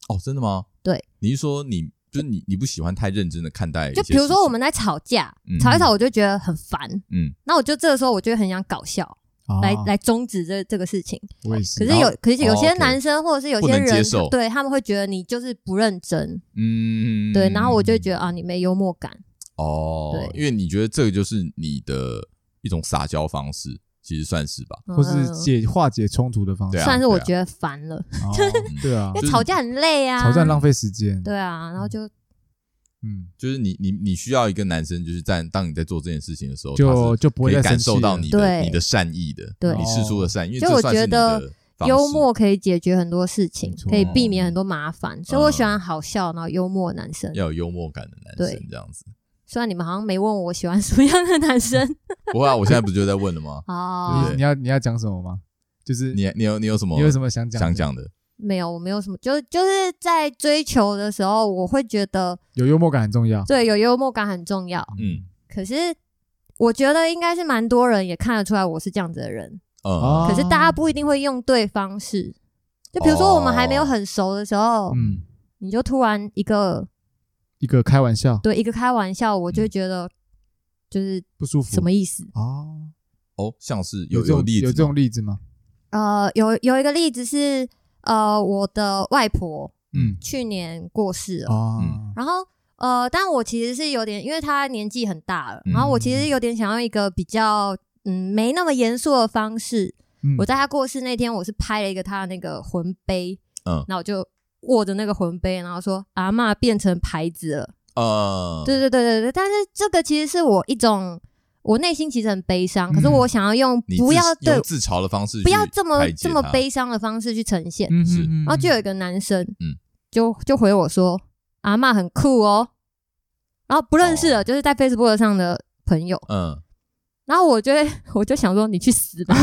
S1: 哦，真的吗？
S3: 对，
S1: 你是说你就是你你不喜欢太认真的看待一些
S3: 就
S1: 事
S3: 比
S1: 情，
S3: 如说我们在吵架，
S1: 嗯
S3: 吵一吵我就觉得很烦，
S1: 嗯
S3: 那我就这个时候我就会很想搞笑，
S2: 啊
S3: 来来终止这这个事情。
S2: 我也是。
S3: 可是有，可是有
S1: 哦
S3: 些
S1: ，OK
S3: 男生或者是有
S1: 不
S3: 些
S1: 能接
S3: 人
S1: 受，
S3: 对他们会觉得你就是不认真，
S1: 嗯，
S3: 对，然后我就会觉得啊，你没幽默感，
S1: 哦，
S3: 对
S1: 因为你觉得这个就是你的一种撒娇方式，其实算是吧。
S3: 嗯
S2: 或是解化解冲突的方式
S1: 对啊，
S3: 算是我
S1: 对啊
S3: 觉得烦了，
S2: 哦对啊
S3: [LAUGHS]
S1: 就
S3: 因，为
S1: 是
S3: 吵架很累啊，
S2: 吵架很浪费时间。
S3: 对啊，然后就
S2: 嗯，
S1: 就是你你你需要一个男生，就是在当你在做这件事情的时候，哦他
S2: 就是就不
S1: 可
S2: 会
S1: 以
S2: 再
S1: 感
S2: 生气
S1: 受到
S2: 了
S1: 你的
S3: 对
S1: 你的善意的，
S3: 对
S1: 你示出的善意，因为
S3: 就
S1: 这
S3: 我
S1: 算是
S3: 觉
S1: 你
S3: 得
S1: 的方
S3: 幽
S1: 式
S3: 默可以解决很多事情
S2: 没，错
S3: 可以避免很多麻烦，所以我喜欢好笑然后幽默的男生。
S1: 嗯要有幽默感的男生
S3: 对
S1: 这样子。
S3: 虽然你们好像没问我喜欢什么样的
S1: [LAUGHS]
S3: 男生？
S1: 不会啊，我现在不就在问了吗
S3: 哦
S1: 对，
S2: 你你要你要讲什么吗？就是
S1: 你你有你有什么
S2: 你有什么想讲的
S1: 想？讲的？
S3: 没有，我没有什么，就就是在追求的时候，我会觉得
S2: 有幽默感很重要。
S3: 对有幽默感很重要。
S1: 嗯
S3: 可是我觉得应该是蛮多人也看得出来我是这样子的人，
S1: 嗯
S2: 哦
S3: 可是大家不一定会用对方式。就比如说我们还没有很熟的时候，
S2: 哦嗯，
S3: 你就突然一个
S2: 一个开玩笑
S3: 对一个开玩笑，我
S2: 嗯
S3: 就会觉得就是
S2: 不舒服
S3: 什么意思？
S2: 哦，
S1: 哦，像是
S2: 有
S1: 有
S2: 这种
S1: 例子
S2: 有
S1: 吗
S2: 这种例子吗？
S3: 呃，有有一个例子是，呃，我的外婆
S2: 嗯
S3: 去年过世了，
S1: 嗯
S2: 哦，
S3: 然后呃，但我其实是有点，因为她年纪很大了，然后我其
S2: 嗯
S3: 实有点想要一个比较嗯没那么严肃的方式。
S2: 嗯
S3: 我在她过世那天，我是拍了一个她的那个魂杯，
S1: 嗯
S3: 那我就。握着那个魂杯，然后说“阿嬷变成牌子了。
S1: 呃，
S3: 对对对对对，但是这个其实是我一种，我内心其实很悲伤，可是
S2: 嗯
S3: 我想要用
S1: 你
S3: 不
S1: 自
S3: 要对
S1: 用自嘲的方式去
S3: 不要这么
S1: 排解
S3: 这么
S1: 它
S3: 悲伤的方式去呈现。
S2: 嗯
S1: 是
S2: 嗯嗯
S3: 然哦后就有一个男生，
S1: 嗯
S3: 就就回我说：“阿嬷很酷哦。”然后不认识的，
S1: 哦
S3: 就是在 Facebook 上的朋友。
S1: 嗯，
S3: 然后我就会 [LAUGHS] 我就想说：“你去死吧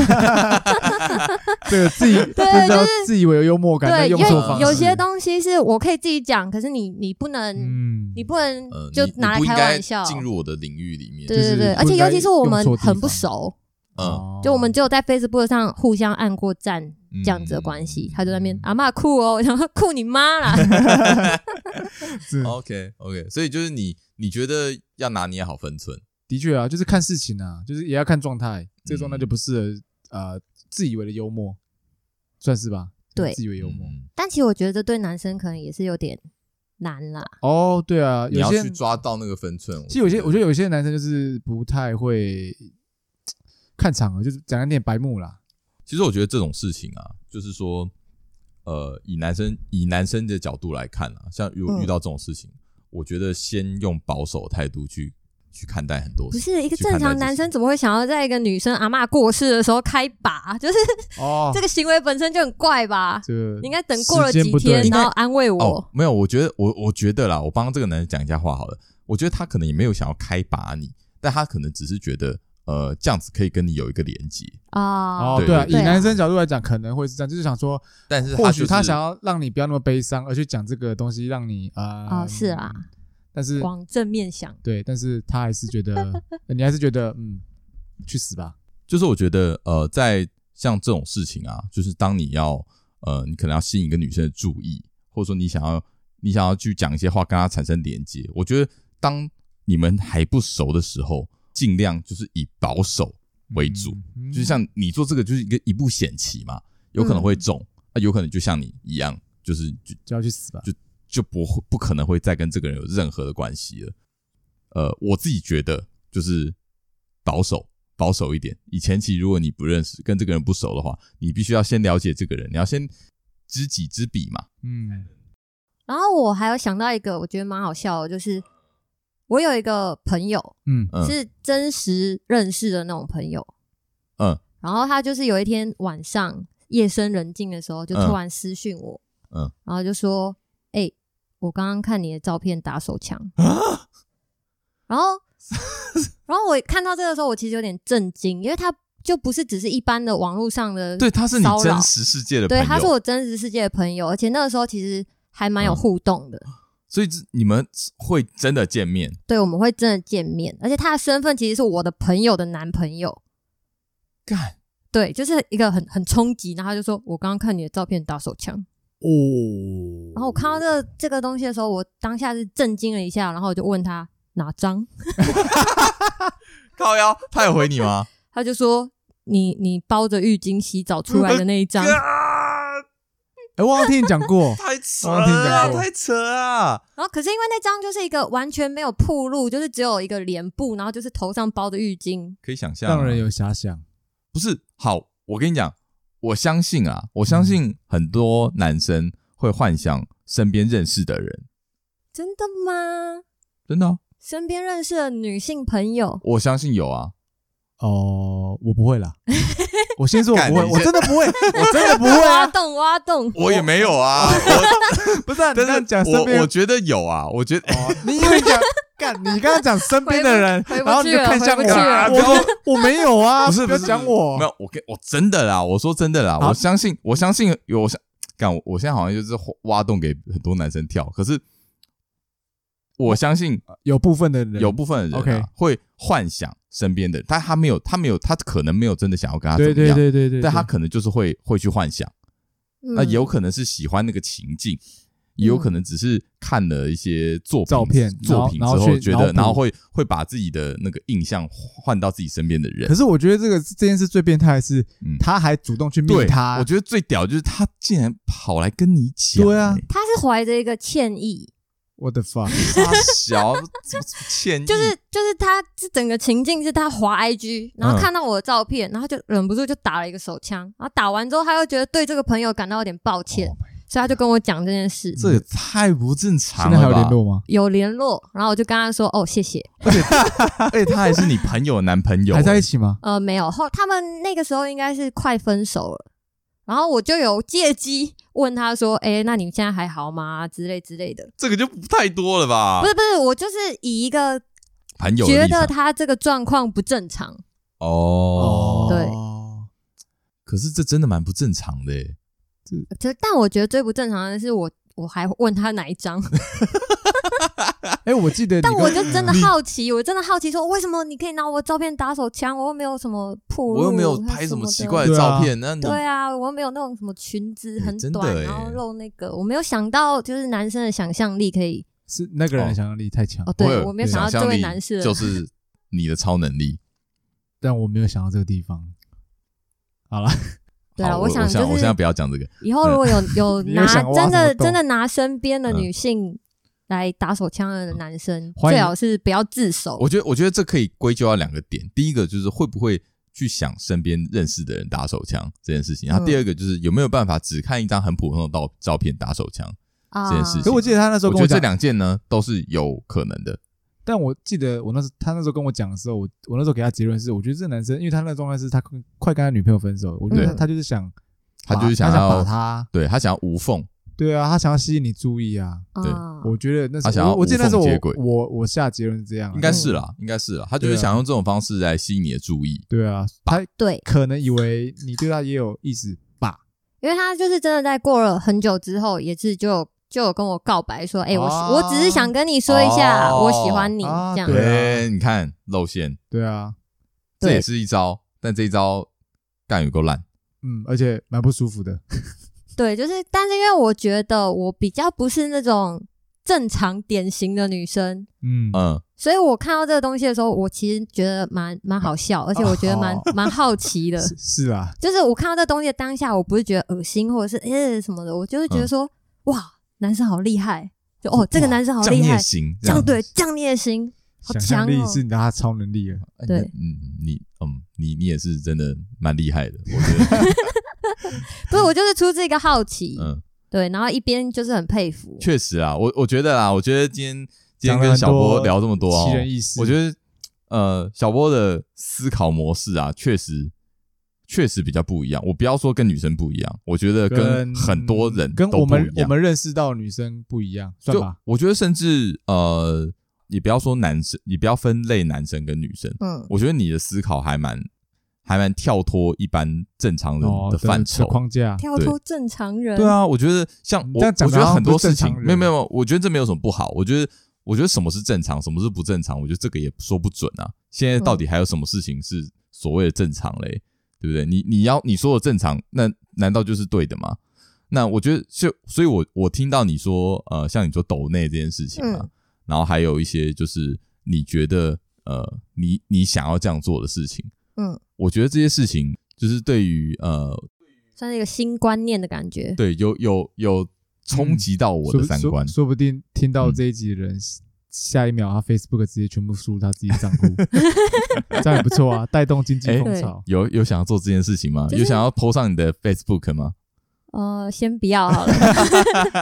S2: 这个
S3: [LAUGHS]
S2: 自己不知道自以为有幽默！”感，但
S3: 对，因
S2: 用错
S3: 为
S2: 方式
S3: 有些东西是我可以自己讲，可是你你不能、
S2: 嗯
S3: 你不能
S1: 呃，
S3: 就
S1: 你你
S3: 拿来
S1: 不应
S3: 开
S1: 该
S3: 玩笑。
S1: 进入我的领域里面。
S3: 对
S2: 就是
S3: 对对，而
S2: 不
S3: 且
S2: 应该
S3: 尤其是我们
S2: 用错地
S3: 很不
S2: 方
S3: 熟，
S2: 哦
S1: 嗯，
S3: 就我们只有在 Facebook 上互相按过赞
S1: 嗯
S3: 这样子的关系。他就在那
S2: 嗯
S3: 边阿嬷酷哦，我想说酷你妈啦！
S2: [LAUGHS] 是
S1: OK OK，所以就是你你觉得要拿捏好分寸，
S2: 的确啊，就是看事情啊，就是
S1: 嗯
S2: 也要看状态，这个状态就不适合呃自以为的幽默，算是吧？
S3: 对
S2: 自以为幽默。
S1: 嗯
S3: 但其实我觉得这对男生可能也是有点难啦。
S2: 哦，对啊，
S1: 你
S2: 有
S1: 要
S2: 些
S1: 去抓到那个分寸。
S2: 其实有些，我觉
S1: 得
S2: 得有些男生就是不太会看场合，就是讲难点白目啦。
S1: 其实我觉得这种事情啊，就是说，呃，以男生以男生的角度来看啊，像如果
S3: 嗯
S1: 遇到这种事情，我觉得先用保守态度去去看待很多事。
S3: 不是一个
S1: 去看
S3: 正常
S1: 待这
S3: 男
S1: 些
S3: 生怎么会想要在一个女生阿嬷过世的时候开拔？就是
S2: 哦
S3: 这，个行为本身就很怪吧？
S2: 这个
S3: 你应该等过了
S2: 时间
S3: 几
S2: 不对
S3: 天，然后安慰
S1: 哦
S3: 我。，
S1: 没有，我觉得我我觉得啦，我帮这个男人讲一下话好了。我觉得他可能也没有想要开拔你，但他可能只是觉得，呃，这样子可以跟你有一个连接。
S3: 啊，
S2: 哦，
S1: 对
S2: 对啊，以
S1: 对
S3: 对
S2: 男生角度来讲，可能会是这样，就是想说，
S1: 但是
S2: 或许
S1: 他
S2: 他
S1: 就是
S2: 想要让你不要那么悲伤，而去讲这个东西，让你啊，
S3: 哦是啊，
S1: 嗯
S2: 但是
S3: 往正面想，
S2: 对，但是他还是觉
S3: [LAUGHS]
S2: 得，你还是觉得，嗯，去死吧，
S1: 就是我觉得呃，在像这种事情啊，就是当你要呃，你可能要吸引一个女生的注意，或者说你想要你想要去讲一些话跟她产生连接，我觉得当你们还不熟的时候，尽量就是以保守为主，
S2: 嗯，
S1: 就是像你做这个就是一个一步险棋嘛，有可能会中，啊，有可能就像你一样，就是就
S2: 嗯就要去死吧，
S1: 就不会不可能会再跟这个人有任何的关系了。呃，我自己觉得就是保守，保守一点。以前期如果你不认识，跟这个人不熟的话，你必须要先了解这个人，你要先知己知彼嘛。
S2: 嗯，
S3: 然后我还有想到一个，我觉得蛮好笑的，就是我有一个朋友
S2: 嗯
S1: 嗯
S3: 是真实认识的那种朋友，
S1: 嗯
S3: 然后他就是有一天晚上夜深人静的时候，就突然私讯我，
S1: 嗯嗯
S3: 然后就说：“哎、我刚刚看你的照片打手枪。
S1: 啊 [LAUGHS]
S3: 然后，然后我看到这个时候，我其实有点震惊，因为他就不是只是一般的网络上的，
S1: 对，他是你
S3: 呃骚扰
S1: 真实世界的朋
S3: 对，他是
S1: 友，
S3: 我真实世界的朋友，而且那个时候其实还蛮有
S1: 嗯
S3: 互动的。
S1: 所以这你们会真的见面。
S3: 对，我们会真的见面，而且他的身份其实是我的朋友的男朋友。
S1: 干
S3: 对，就是一个很很冲击，然后他就说：“我刚刚看你的照片打手枪。”
S1: 哦
S3: 然后我看到这个这个东西的时候，我当下是震惊了一下，然后我就问他哪张，
S1: 靠腰，他有回你
S3: [LAUGHS]
S1: 吗？
S3: 他就说你你包着浴巾洗澡出来的那一张，然
S1: [LAUGHS] 啊，，
S2: 哎，我好像听你讲过
S1: [LAUGHS] 太扯
S2: 我听讲
S1: 了，啊
S2: 过
S1: 太扯了。
S3: 后可是因为那张就是一个完全没有铺路，就是只有一个脸部，然后就是头上包着浴巾，
S1: 可以想象啊，
S2: 让人有遐想，
S1: 不是好，我跟你讲，我相信啊，我相信很多男生会幻想身边认识的人，
S3: 真的吗？
S1: 真的啊、
S3: 身边认识的女性朋友，
S1: 我相信有啊。
S2: 哦，我不会
S1: [LAUGHS]
S2: 啦，我先说我不会，
S1: 干你
S2: 我真的
S1: [LAUGHS]
S2: 不会，我真的不会
S3: 挖
S2: 啊，
S3: 洞挖洞，
S1: 我也没有啊， [LAUGHS] 我
S2: 不是啊，你这样
S1: 但
S2: 讲
S1: 是
S2: 身边
S1: 我我
S2: 有
S1: 觉得有啊，我觉 [LAUGHS] 得
S2: 哦，你以为讲干？你刚刚讲身边的人
S3: 回，不
S2: 然后你就
S3: 回不去了
S2: 看向
S3: 回不去
S2: 我，啊
S3: 了
S2: 我说我没有啊，
S1: 不是
S2: 不要
S1: 不是
S2: 讲我
S1: 哦没，有，我跟我真的啦，我说真的啦，
S2: 好
S1: 我相信，我相信有，我相干，我我现在好像就是挖洞给很多男生跳，可是我相信
S2: 有部分的人
S1: 有部分的人、啊
S2: OK
S1: 会幻想身边的人，但他没有，他没有，他可能没有真的想要跟他怎么
S2: 对
S1: 样，
S2: 对对对对，
S1: 但他
S2: 对
S1: 可能就是会会去幻想。
S3: 嗯
S2: 啊
S1: 那也有可能是喜欢那个情境，也有可能只是看了一些作品
S2: 照片
S1: 作品之
S2: 然后然后去
S1: 觉得，然
S2: 脑补
S1: 后会会把自己的那个印象换到自己身边的人
S2: 可。是我觉得这个这件事最变态的是
S1: 嗯，
S2: 他还主动去密
S1: 对
S2: 他，
S1: 我觉得最屌就是他竟然跑来跟你讲、
S2: 对啊
S1: 欸
S3: 他是怀着一个歉意，
S2: 我的 fuck，
S1: 他小怎么歉意，
S2: 嗯
S3: 就是就是他这整个情境是他滑 IG，然后看到我的照片，然后就忍不住就打了一个手枪，然后打完之后他又觉得对这个朋友感到有点抱歉
S2: Oh，
S3: 所以他就跟我讲这件事，
S1: 哦这也太不正常
S2: 现在还
S1: 了
S2: 有联
S1: 吧？
S2: 络吗？
S3: 有联络，然后我就跟他说哦谢谢，
S1: 而且他还是你朋友的男朋友、
S2: [LAUGHS] 还在一
S1: 欸
S2: 起吗？
S3: 呃没有后他们那个时候应该是快分手了，然后我就有借机问他说哎那你现在还好吗之类之类的，
S1: 这个就不太多了吧
S3: 不？是不是我就是以一个
S1: 朋友的
S3: 觉
S1: 立场
S3: 得他这个状况不正常，
S1: 哦，
S3: 对
S1: 可是这真的蛮不正常的、欸。
S3: 就但我觉得最不正常的是我我还问他哪
S1: [LAUGHS]
S3: 一张。
S2: 哎，我记得你
S3: 但
S2: 跟，
S3: 我就真的
S1: 你
S3: 好奇，我真的好奇说，为什么你可以拿我照片打手枪？我又没有什么铺路，
S1: 我又没有
S3: 哦还
S1: 拍
S3: 什
S1: 什么
S3: 的
S1: 奇怪的照片，那你
S3: 对啊，我又没有那种什么裙子
S1: 哎
S3: 很
S1: 真的
S3: 短，
S1: 哎
S3: 然后露那个，我没有想到就是男生的想象力可以
S2: 是那个人的想象力太强
S3: 哦，，
S1: 会
S3: 对
S1: 有
S3: 我没有想到这位男
S1: 想象
S3: 士
S1: 力
S3: 的
S1: 就是 [LAUGHS] 你的超能力。
S2: 但我没有想到这个地方。好了，
S3: 对啊，
S1: 好我
S3: 想就
S1: 我现在
S3: 是
S1: 不要嗯讲这个，
S3: 以后如果有
S1: [LAUGHS]
S3: 有
S2: 你又
S3: 拿
S2: 想挖
S3: 真
S2: 什
S3: 的
S2: 么洞
S3: 真的拿身边的
S1: 嗯
S3: 女性来打手枪的男生，
S2: 欢迎
S3: 最好是不要自首。
S1: 我觉得我觉得这可以归咎到两个点，第一个就是会不会去想身边认识的人打手枪这件事情，然后
S3: 嗯
S1: 第二个就是有没有办法只看一张很普通的照照片打手枪。
S3: 啊
S1: 这件事情
S2: 可我记得他那时候
S1: 我
S2: 跟
S1: 觉得
S2: 讲
S1: 这，两件呢都是有可能的，
S2: 但我记得我那时候他那时候跟我讲的时候，我我那时候给他结论是，我觉得这男生，因为他那个状态是他快快跟他女朋友分手，我觉得
S3: 对
S2: 他他就是想
S1: 他
S2: 把，
S1: 就是想
S2: 想
S1: 要
S2: 把他，
S1: 对他想要无缝，
S2: 对啊，他想要吸引你注意啊。
S1: 对
S3: 啊
S2: 我觉得那时
S1: 他
S2: 候
S1: 想要
S2: 我我记得那时候
S1: 无缝接
S2: 我
S1: 轨
S2: 我我下结论是这样啊，
S1: 应该是
S3: 嗯
S1: 啦，应该是啦，他就
S2: 对
S1: 是
S2: 啊
S1: 想用这种方式来吸引你的注意。
S2: 对啊，他
S3: 对，
S2: 可能以为你对他也有意思吧？
S3: 因为他就是真的在过了很久之后，也是就有就有跟我告白说，哎，我喜
S2: 哦
S3: 我只是想跟你说一下，
S1: 哦
S3: 我喜欢你
S2: 啊
S3: 这样。
S2: 对啊
S1: 哎你看露馅，
S2: 对啊，
S1: 这
S3: 对
S1: 也是一招，但这一招干有够烂。
S2: 嗯，而且蛮不舒服的。
S3: 对，就是，但是因为我觉得我比较不是那种正常典型的女生，
S2: 嗯，
S1: 嗯，
S3: 所以我看到这个东西的时候，我其实觉得蛮蛮好笑，而且我觉得蛮
S2: 哦
S3: 蛮
S1: [LAUGHS]
S3: 好奇的。
S2: 是是啊，
S3: 就是我看到这东西的当下，我不是觉得恶心或者是诶、什么的，我就是觉得说、哇，男生好厉害，就哦这个
S1: 嗯哇
S3: 男生好
S1: 这样
S3: 厉
S1: 你
S3: 害
S1: 也，行，
S3: 这样
S1: 子
S3: 对，这样你也行，好
S2: 想
S3: 强
S2: 象力
S3: 哦。
S2: 是你的他超能力了。
S1: 哎
S3: 对
S1: 嗯，你嗯你你也是真的蛮厉害的，我觉得，
S3: [LAUGHS] 不是，我就是出自一个好奇，
S1: 嗯。
S2: [LAUGHS]
S3: 对，然后一边就是很佩服，
S1: 确实啊，我我觉得啦，我觉得今天今天
S2: 讲了
S1: 跟
S2: 很
S1: 小波
S2: 多
S1: 聊这么多、哦，
S2: 奇人异事
S1: 我觉得呃，小波的思考模式啊，确实确实比较不一样。我不要说跟女生不一样，我觉得跟很多人
S2: 跟
S1: 都
S2: 我
S1: 不
S2: 们
S1: 一
S2: 我
S1: 样。
S2: 们认识到的女生不一样，算
S1: 就
S2: 吧。
S1: 我觉得，甚至呃，你不要说男生，你不要分类男生跟女生，
S3: 嗯，
S1: 我觉得你的思考还蛮还蛮跳脱一般正常人
S2: 哦
S1: 的范畴。
S2: 框架，
S3: 跳脱正常人，
S1: 对，啊，我觉得像
S2: 你
S1: 我，
S2: 这
S1: 我
S2: 样讲
S1: 觉
S2: 得
S1: 得
S2: 好像
S1: 很
S2: 不
S1: 多
S2: 是
S1: 事
S2: 正
S1: 情
S2: 常，人
S1: 没有没有，我觉得这没有什么不好。我觉得，我觉得什么是正常，什么是不正常，我觉得这个也说不准啊。现在到底还有什么事情是所谓的正常嘞？对不对？你你要你说的正常，那难道就是对的吗？那我觉得就，所以我我听到你说，呃，像你说抖内这件事情啊，
S3: 嗯
S1: 然后还有一些就是你觉得，呃，你你想要这样做的事情，
S3: 嗯，
S1: 我觉得这些事情就是对于呃
S3: 算是一个新观念的感觉。
S1: 对，有有有
S2: 嗯
S1: 冲击到我的
S2: 说
S1: 三
S2: 说
S1: 观。
S2: 说不定听到
S1: 嗯
S2: 这一集的人，下一秒他 Facebook 直接全部输入他自己账
S1: [LAUGHS]
S2: 户，这样也不错啊，带动经济
S1: 哎
S2: 风潮。
S1: 有有想要做这件事情吗？
S3: 就是
S1: 有想要 PO 上你的 Facebook 吗？
S3: 呃，先不要好了，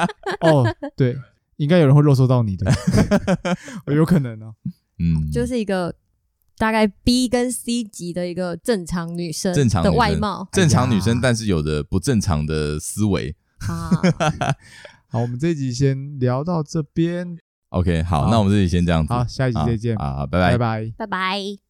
S1: [LAUGHS]
S2: 哦，对，应该有人会漏收到你
S1: [LAUGHS]
S2: 的，对有可能哦。
S1: 嗯，
S3: 就是一个大概 B 跟 C 级的一个正常女生
S1: 正常女
S3: 的
S1: 生
S3: 外貌
S1: 正常女
S2: 哎
S1: 生
S2: 呀，
S1: 但是有着不正常的思维。
S3: 啊。
S2: 好，我们这一集先聊到这边，
S1: OK，好，
S2: 好
S1: 那我们这里先这样子，
S2: 好，下一集
S1: 啊
S2: 再见，
S1: 啊，
S2: 拜拜。
S3: 拜拜。